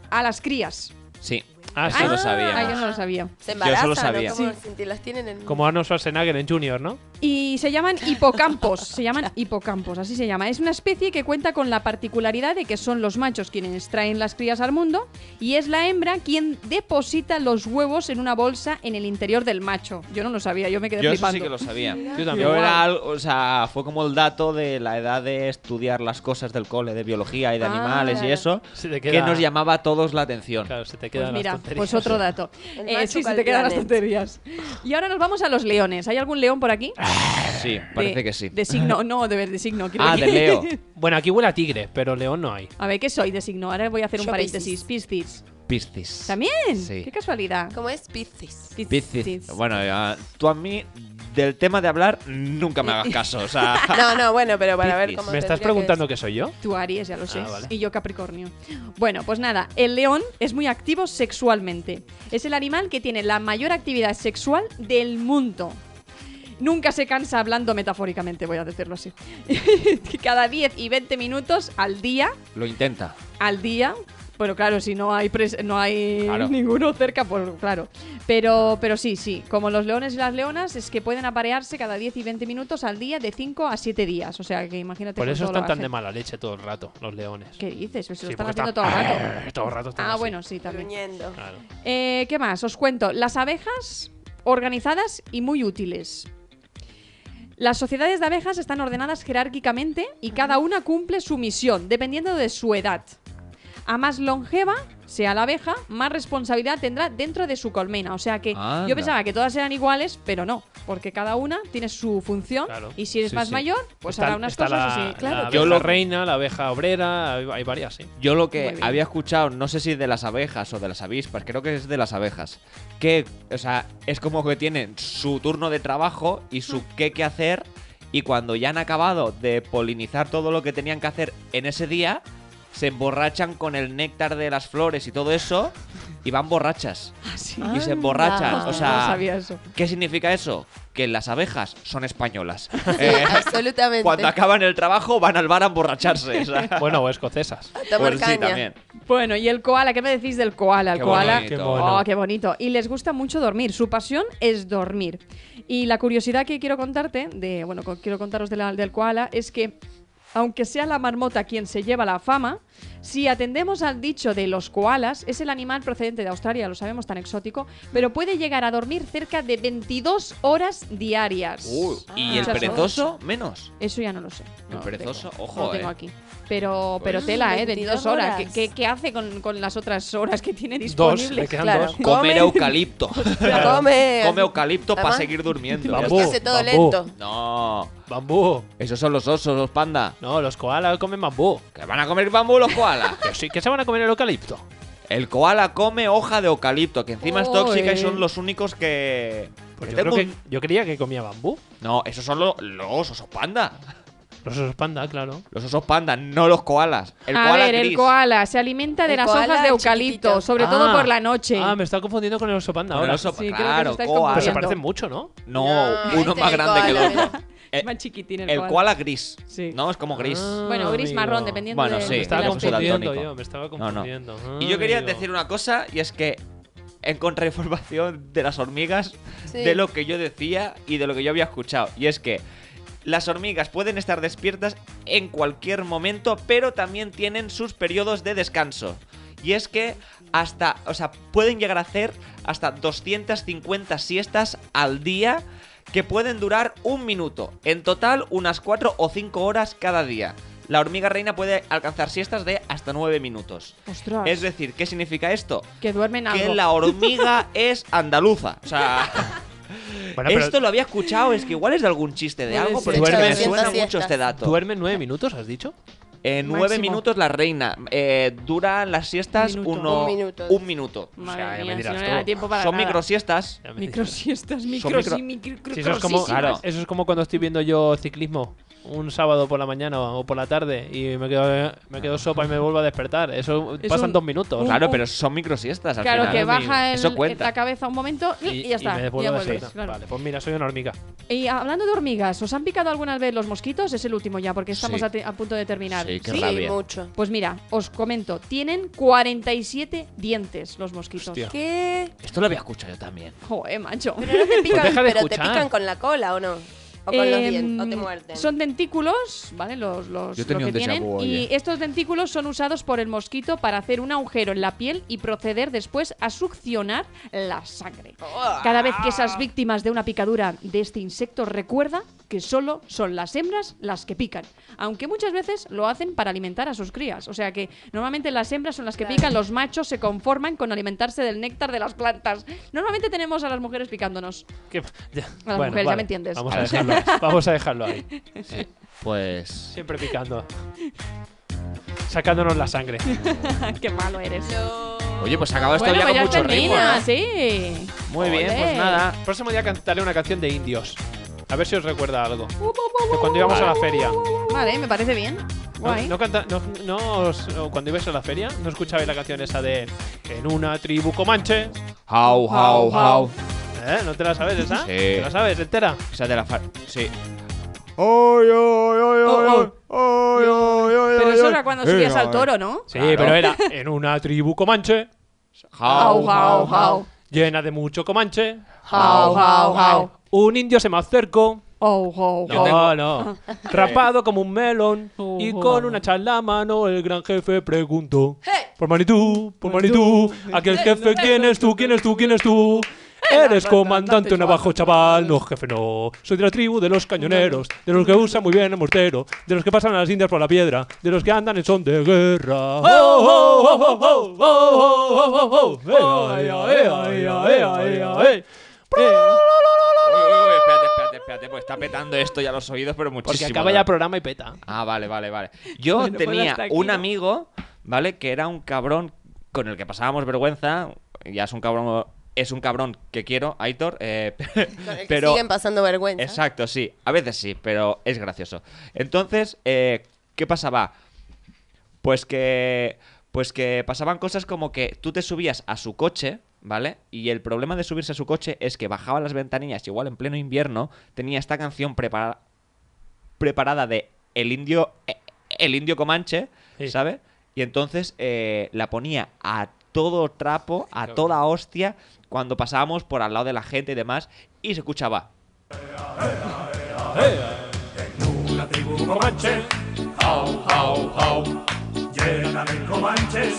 S2: a las crías.
S1: Sí.
S3: Ah,
S1: eso
S3: sí.
S1: lo
S2: Ah, yo
S1: sabíamos.
S2: no lo sabía.
S4: Se
S1: solo
S4: embarazan,
S1: sabía.
S4: ¿no? Como si las tienen en...
S3: Como Arnold Schwarzenegger en Junior, ¿no?
S2: Y se llaman hipocampos, se llaman hipocampos, así se llama. Es una especie que cuenta con la particularidad de que son los machos quienes traen las crías al mundo y es la hembra quien deposita los huevos en una bolsa en el interior del macho. Yo no lo sabía, yo me quedé
S1: Yo eso
S2: flipando.
S1: sí que lo sabía.
S3: Yo también.
S1: Yo era algo, o sea, fue como el dato de la edad de estudiar las cosas del cole, de biología y de
S2: Ah,
S1: animales y
S2: claro.
S1: eso,
S3: Se te
S1: que
S3: queda-
S1: nos llamaba a todos la atención.
S3: Claro, se te
S2: Pues
S3: quedan
S2: mira,
S3: las tonterías.
S2: pues otro dato.
S4: El
S2: Eh,
S4: macho
S2: sí, se
S4: pa'l
S2: te quedan las
S4: planet.
S2: tonterías. Y ahora nos vamos a los leones. ¿Hay algún león por aquí?
S1: Sí,
S2: De-
S1: Ah, parece que sí.
S2: De signo, no, de, de signo. quiero
S1: Ah,
S2: decir.
S1: de Leo.
S3: Bueno, aquí huele a tigre, pero león no hay.
S2: A ver, ¿qué soy de signo? Ahora voy a hacer un
S4: Yo
S2: paréntesis. Piscis.
S1: Piscis.
S2: ¿También?
S1: Sí.
S2: Qué casualidad.
S4: Como es Piscis.
S1: Piscis. Bueno, ya, tú a mí del tema de hablar nunca me hagas caso, o sea,
S4: No, no, bueno, pero para ver
S1: Piscis.
S4: cómo
S3: ¿Me estás
S4: tendría que
S3: preguntando qué soy yo?
S2: Tú Aries, ya lo sé.
S3: Ah, vale.
S2: Y yo Capricornio. Bueno, pues nada, el león es muy activo sexualmente. Es el animal que tiene la mayor actividad sexual del mundo. Nunca se cansa hablando metafóricamente, voy a decirlo así. Cada 10 y 20 minutos al día,
S1: lo intenta.
S2: al día. Bueno, claro, si no hay pres- no hay
S1: Claro.
S2: ninguno cerca, pues claro. Pero, pero sí, sí, como los leones y las leonas, es que pueden aparearse cada 10 y 20 minutos al día de 5 a 7 días. O sea, que imagínate.
S3: Por
S2: con
S3: eso
S2: todo lo
S3: están
S2: que
S3: tan de
S2: hacen.
S3: mala leche todo el rato, los leones.
S2: ¿Qué dices? Pues se lo
S3: Sí,
S2: están
S3: porque
S2: haciendo todo el rato.
S3: Todo el rato están
S2: Ah,
S3: así.
S2: bueno, sí, también.
S4: gruñendo.
S1: Ah.
S3: Claro.
S2: Eh, ¿Qué más? Os cuento. Las abejas organizadas y muy útiles. Las sociedades de abejas están ordenadas jerárquicamente y cada una cumple su misión, dependiendo de su edad. A más longeva sea la abeja, más responsabilidad tendrá dentro de su colmena. O sea que
S1: Anda.
S2: yo pensaba que todas eran iguales, pero no, porque cada una tiene su función
S3: Claro.
S2: y si eres
S1: Sí,
S2: más
S1: sí.
S2: mayor, pues
S3: Está-
S2: hará unas
S3: está
S2: cosas
S3: la,
S2: así. Claro,
S3: La abeja
S1: Yo lo-
S3: reina, la abeja obrera, hay, hay varias, sí.
S1: Yo lo
S2: Muy
S1: que
S2: bien.
S1: había escuchado, no sé si de las abejas o de las avispas, creo que es de las abejas, que, o sea, es como que tienen su turno de trabajo y su qué que hacer, y cuando ya han acabado de polinizar todo lo que tenían que hacer en ese día, se emborrachan con el néctar de las flores y todo eso, y van borrachas.
S2: así.
S1: Y se emborrachan, o
S2: Ah, No
S1: sea,
S2: sabía eso.
S1: ¿qué significa eso? Que las abejas son españolas. Eh,
S4: Absolutamente.
S1: cuando acaban el trabajo van al bar a emborracharse. o sea.
S3: Bueno, o escocesas.
S4: A tomar
S1: Pues sí,
S4: caña.
S1: también.
S2: Bueno, ¿y el koala? ¿Qué me decís del koala? El
S1: Qué
S2: koala.
S1: bonito.
S3: Qué mono.
S2: Oh, qué bonito. Y les gusta mucho dormir. Su pasión es dormir. Y la curiosidad que quiero contarte, de, bueno, co- quiero contaros de la- del koala, es que, aunque sea la marmota quien se lleva la fama, si atendemos al dicho de los koalas, es el animal procedente de Australia, lo sabemos tan exótico, pero puede llegar a dormir cerca de 22 horas diarias.
S1: Uy, y el
S2: Ah. Muchas horas.
S1: perezoso, menos.
S2: Eso ya no lo sé.
S1: El
S2: No lo
S1: perezoso,
S2: tengo.
S1: ojo,
S2: No lo tengo
S1: eh.
S2: aquí. Pero, pero
S1: Pues-
S2: tela, ¿eh?
S4: 22
S2: 22 horas. ¿Qué,
S4: horas.
S2: qué- qué hace con, con las otras horas que tiene
S3: Dos, le
S2: disponibles?
S3: quedan
S4: Claro.
S3: dos.
S1: Comer eucalipto.
S4: Come.
S1: Come eucalipto para
S4: Además-
S1: seguir durmiendo.
S4: Pero es
S3: Bambú,
S4: que hace todo
S3: bambú.
S4: lento.
S1: No,
S3: Bambú.
S1: esos son los osos, los panda.
S3: No, los koalas comen bambú.
S1: ¿Que van a comer bambú los koalas?
S3: Pero sí, ¿Qué se van a comer el eucalipto?
S1: El koala come hoja de eucalipto, que encima es
S2: Oy.
S1: tóxica y son los únicos que...
S3: Pues
S1: que
S3: yo,
S1: tengo
S3: creo que,
S1: un-
S3: yo creía que comía bambú.
S1: No, esos son lo- los osos panda.
S3: Los osos panda, claro.
S1: Los osos panda, no los koalas. El
S2: a
S1: koala
S2: ver, el
S1: gris.
S2: koala se alimenta de
S4: El
S2: las
S4: koala
S2: hojas de eucalipto,
S4: chiquitito.
S2: sobre
S3: Ah.
S2: todo por la noche.
S3: Ah, me está confundiendo con el oso panda
S1: No, el
S3: ahora.
S1: oso-
S2: Sí, creo que
S1: claro,
S2: se estáis
S1: koala.
S3: Pero se
S2: confundiendo.
S3: parecen mucho, ¿no?
S1: No,
S4: No,
S1: uno
S4: este
S1: más
S4: el
S1: grande que el
S4: koala,
S1: otro.
S2: Es
S1: Eh,
S2: más chiquitín el,
S1: El
S2: koala.
S1: koala gris.
S2: Sí.
S1: No, es como gris.
S3: Ah,
S2: Bueno, gris,
S3: amigo.
S2: marrón, dependiendo
S1: Bueno,
S2: de-
S1: sí,
S3: me
S2: de
S3: estaba
S2: la
S1: ya somos
S2: especie.
S3: confundiendo
S1: daltónico.
S3: yo, me estaba
S1: no.
S3: confundiendo.
S1: Y yo quería
S3: Amigo.
S1: decir una cosa, y es que encontré información de las hormigas,
S4: Sí.
S1: de lo que yo decía y de lo que yo había escuchado. Y es que las hormigas pueden estar despiertas en cualquier momento, pero también tienen sus periodos de descanso. Y es que hasta, o sea, pueden llegar a hacer hasta 250 siestas al día que pueden durar un minuto. En total, unas 4 o 5 horas cada día. La hormiga reina puede alcanzar siestas de hasta 9 minutos.
S2: Ostras,
S1: Es decir, ¿qué significa esto?
S2: que duermen algo.
S1: Que la hormiga es andaluza. O sea,
S3: Bueno, pero
S1: esto lo había escuchado, es que igual es de algún chiste de
S2: Puede
S1: algo,
S2: ser.
S1: pero es que me
S4: Duerme.
S1: suena
S4: Siestas.
S1: mucho este dato.
S3: ¿Duermen nueve minutos, has dicho?
S1: En nueve
S2: Máximo.
S1: minutos la reina. Eh, duran las siestas
S2: Minuto.
S1: uno,
S4: Un minuto.
S1: un minuto.
S2: Madre
S3: O sea, ya
S2: mía,
S3: me dirás
S2: si no
S3: tú.
S2: le da tiempo para
S1: Son
S2: nada.
S1: microsiestas.
S3: Ya me dirás.
S2: Microsiestas,
S1: Son
S2: micros
S1: micro-
S2: y micro...
S3: Sí, eso, es como,
S1: Claro.
S3: eso es como cuando estoy viendo yo ciclismo. un sábado por la mañana o por la tarde y me quedo, me quedo sopa y me vuelvo a despertar. Eso
S2: Es
S3: pasan
S2: un-
S3: dos minutos.
S2: un-
S1: Claro, pero son microsiestas al
S2: Claro,
S1: final.
S2: que
S3: amigo.
S2: baja el-
S1: Ah, Eso cuenta.
S2: la cabeza un momento y, y ya está.
S3: me
S2: ya
S3: vuelvo a
S2: vuelves,
S3: despertar.
S2: claro.
S3: Vale, pues mira, soy una hormiga.
S2: Y hablando de hormigas, ¿os han picado alguna vez los mosquitos? Es el último ya, porque estamos
S1: Sí.
S2: a, te- a punto de terminar.
S1: Sí, qué
S4: Sí,
S1: rabia.
S4: mucho.
S2: Pues mira, os comento, tienen 47 dientes los mosquitos.
S3: Hostia.
S4: ¿Qué?
S1: Esto lo había escuchado yo también.
S2: Joder, macho.
S4: Pero, no te pican,
S3: deja de
S4: pero te
S3: escuchar.
S4: pican con la cola o no. O con los
S2: Em,
S4: dientes. O te muerden.
S2: Son tentículos, ¿vale? Los, los
S1: Yo
S2: lo
S1: tenía
S2: que
S1: un déjà
S2: tienen.
S1: vu, ¿eh?
S2: y
S1: oye.
S2: estos tentículos son usados por el mosquito para hacer un agujero en la piel y proceder después a succionar la sangre. Cada vez que esas víctimas de una picadura de este insecto recuerda que solo son las hembras las que pican, aunque muchas veces lo hacen para alimentar a sus crías. O sea que normalmente las hembras son las que pican, los machos se conforman con alimentarse del néctar de las plantas. Normalmente tenemos a las mujeres picándonos.
S3: ¿Qué- ya-
S2: las
S3: bueno,
S2: mujeres, ya
S3: vale,
S2: me entiendes.
S3: Vamos a dejarlo, vamos a dejarlo ahí.
S1: Pues.
S3: Siempre picando. Sacándonos la sangre.
S2: Qué malo eres.
S1: Oye, pues acaba esto
S2: bueno,
S1: ya con
S2: pues ya
S1: mucho ritmo.
S2: termina,
S1: ¿no?
S2: sí.
S1: Muy bien,
S2: Joder.
S1: pues nada.
S3: El próximo día cantaré una canción de indios. A ver si os recuerda algo.
S2: Bu, bu, bu,
S3: De
S2: bu,
S3: cuando íbamos a la feria.
S2: Vale, me parece bien.
S3: ¿No,
S2: Guay.
S3: no canta- no- no os- o cuando ibais a la feria, ¿no escuchabais la canción esa de En una tribu comanche?
S1: How, how, how.
S3: ¿Eh? ¿No te la sabes esa?
S1: Sí.
S3: ¿Te la sabes entera?
S1: Esa de la far... Sí.
S2: Oh, oh. Pero eso era cuando subías al toro, ¿no?
S3: Sí,
S1: Claro.
S3: pero era En una tribu comanche,
S1: How,
S2: how, how.
S3: llena de mucho comanche,
S2: How, how, how.
S3: un indio se me acercó.
S2: Oh, oh,
S1: Yo
S3: No,
S2: oh.
S1: tengo-
S3: no. Rapado como un melón y
S2: Ojo.
S3: con una charla a mano el gran jefe preguntó. Por Manitú, por Manitú, aquel jefe, ¿quién es tú? ¿Quién es tú? ¿Quién es tú? Eres comandante navajo, chaval. No, jefe, no. Soy de la tribu de los cañoneros, de los que usan muy bien el mortero, de los que pasan a las indias por la piedra, de los que andan en son de guerra. ¡Oh, oh, oh, oh, oh, oh, oh, oh, oh! ¡Ea, ea, ea, ea, ea, ea, ea!
S1: Uy, uy, uy, espérate, espérate, espérate, pues está petando esto ya los oídos, pero muchísimo.
S3: Porque acaba ya programa y peta.
S1: Ah, vale, vale, vale. Yo
S2: Bueno, pues
S1: tenía
S2: hasta aquí,
S1: un
S2: ¿no?
S1: amigo, ¿vale? Que era un cabrón con el que pasábamos vergüenza. Ya es un cabrón, es un cabrón que quiero, Aitor. eh,
S4: Con el que
S1: pero
S4: siguen pasando vergüenza.
S1: Exacto, sí. A veces sí, pero es gracioso. Entonces, eh, ¿qué pasaba? Pues que. Pues que pasaban cosas como que tú te subías a su coche, ¿vale? Y el problema de subirse a su coche es que bajaba las ventanillas, igual en pleno invierno, tenía esta canción prepara- preparada de El Indio. eh, El Indio Comanche,
S3: Sí.
S1: ¿sabes? Y entonces eh, la ponía a todo trapo, a toda hostia, cuando pasábamos por al lado de la gente y demás, y se escuchaba.
S9: Una tribu comanche, jau, jau, jau, llena de comanches,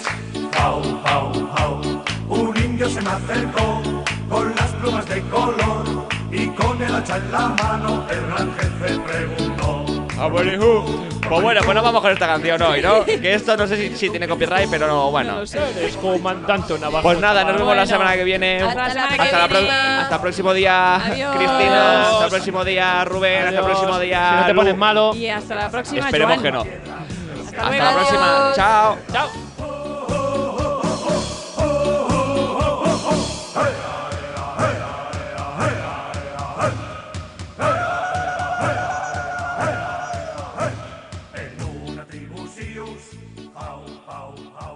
S9: jau, jau, jau. Un indio se me acercó con las plumas de color y con el hacha en la mano el gran jefe preguntó.
S1: Pues bueno, pues no vamos con esta canción hoy, ¿no? Que esto no sé si, si tiene copyright, pero no, bueno.
S3: Eres comandante navajo.
S1: Pues nada, nos vemos la
S2: Bueno.
S1: semana que viene.
S2: Hasta la semana
S1: Hasta
S2: que
S1: pro-
S2: viene.
S1: hasta el próximo día,
S2: Adiós.
S1: Cristina. Hasta el próximo día, Rubén. Hasta el próximo día.
S3: Si no te
S1: Lu.
S3: pones malo.
S2: Y hasta la próxima,
S1: Esperemos
S2: Joan.
S1: que no.
S2: Hasta,
S1: Hasta
S2: luego.
S1: la próxima. Chao.
S3: Chao.
S9: En una tribu sius, jau, jau, jau.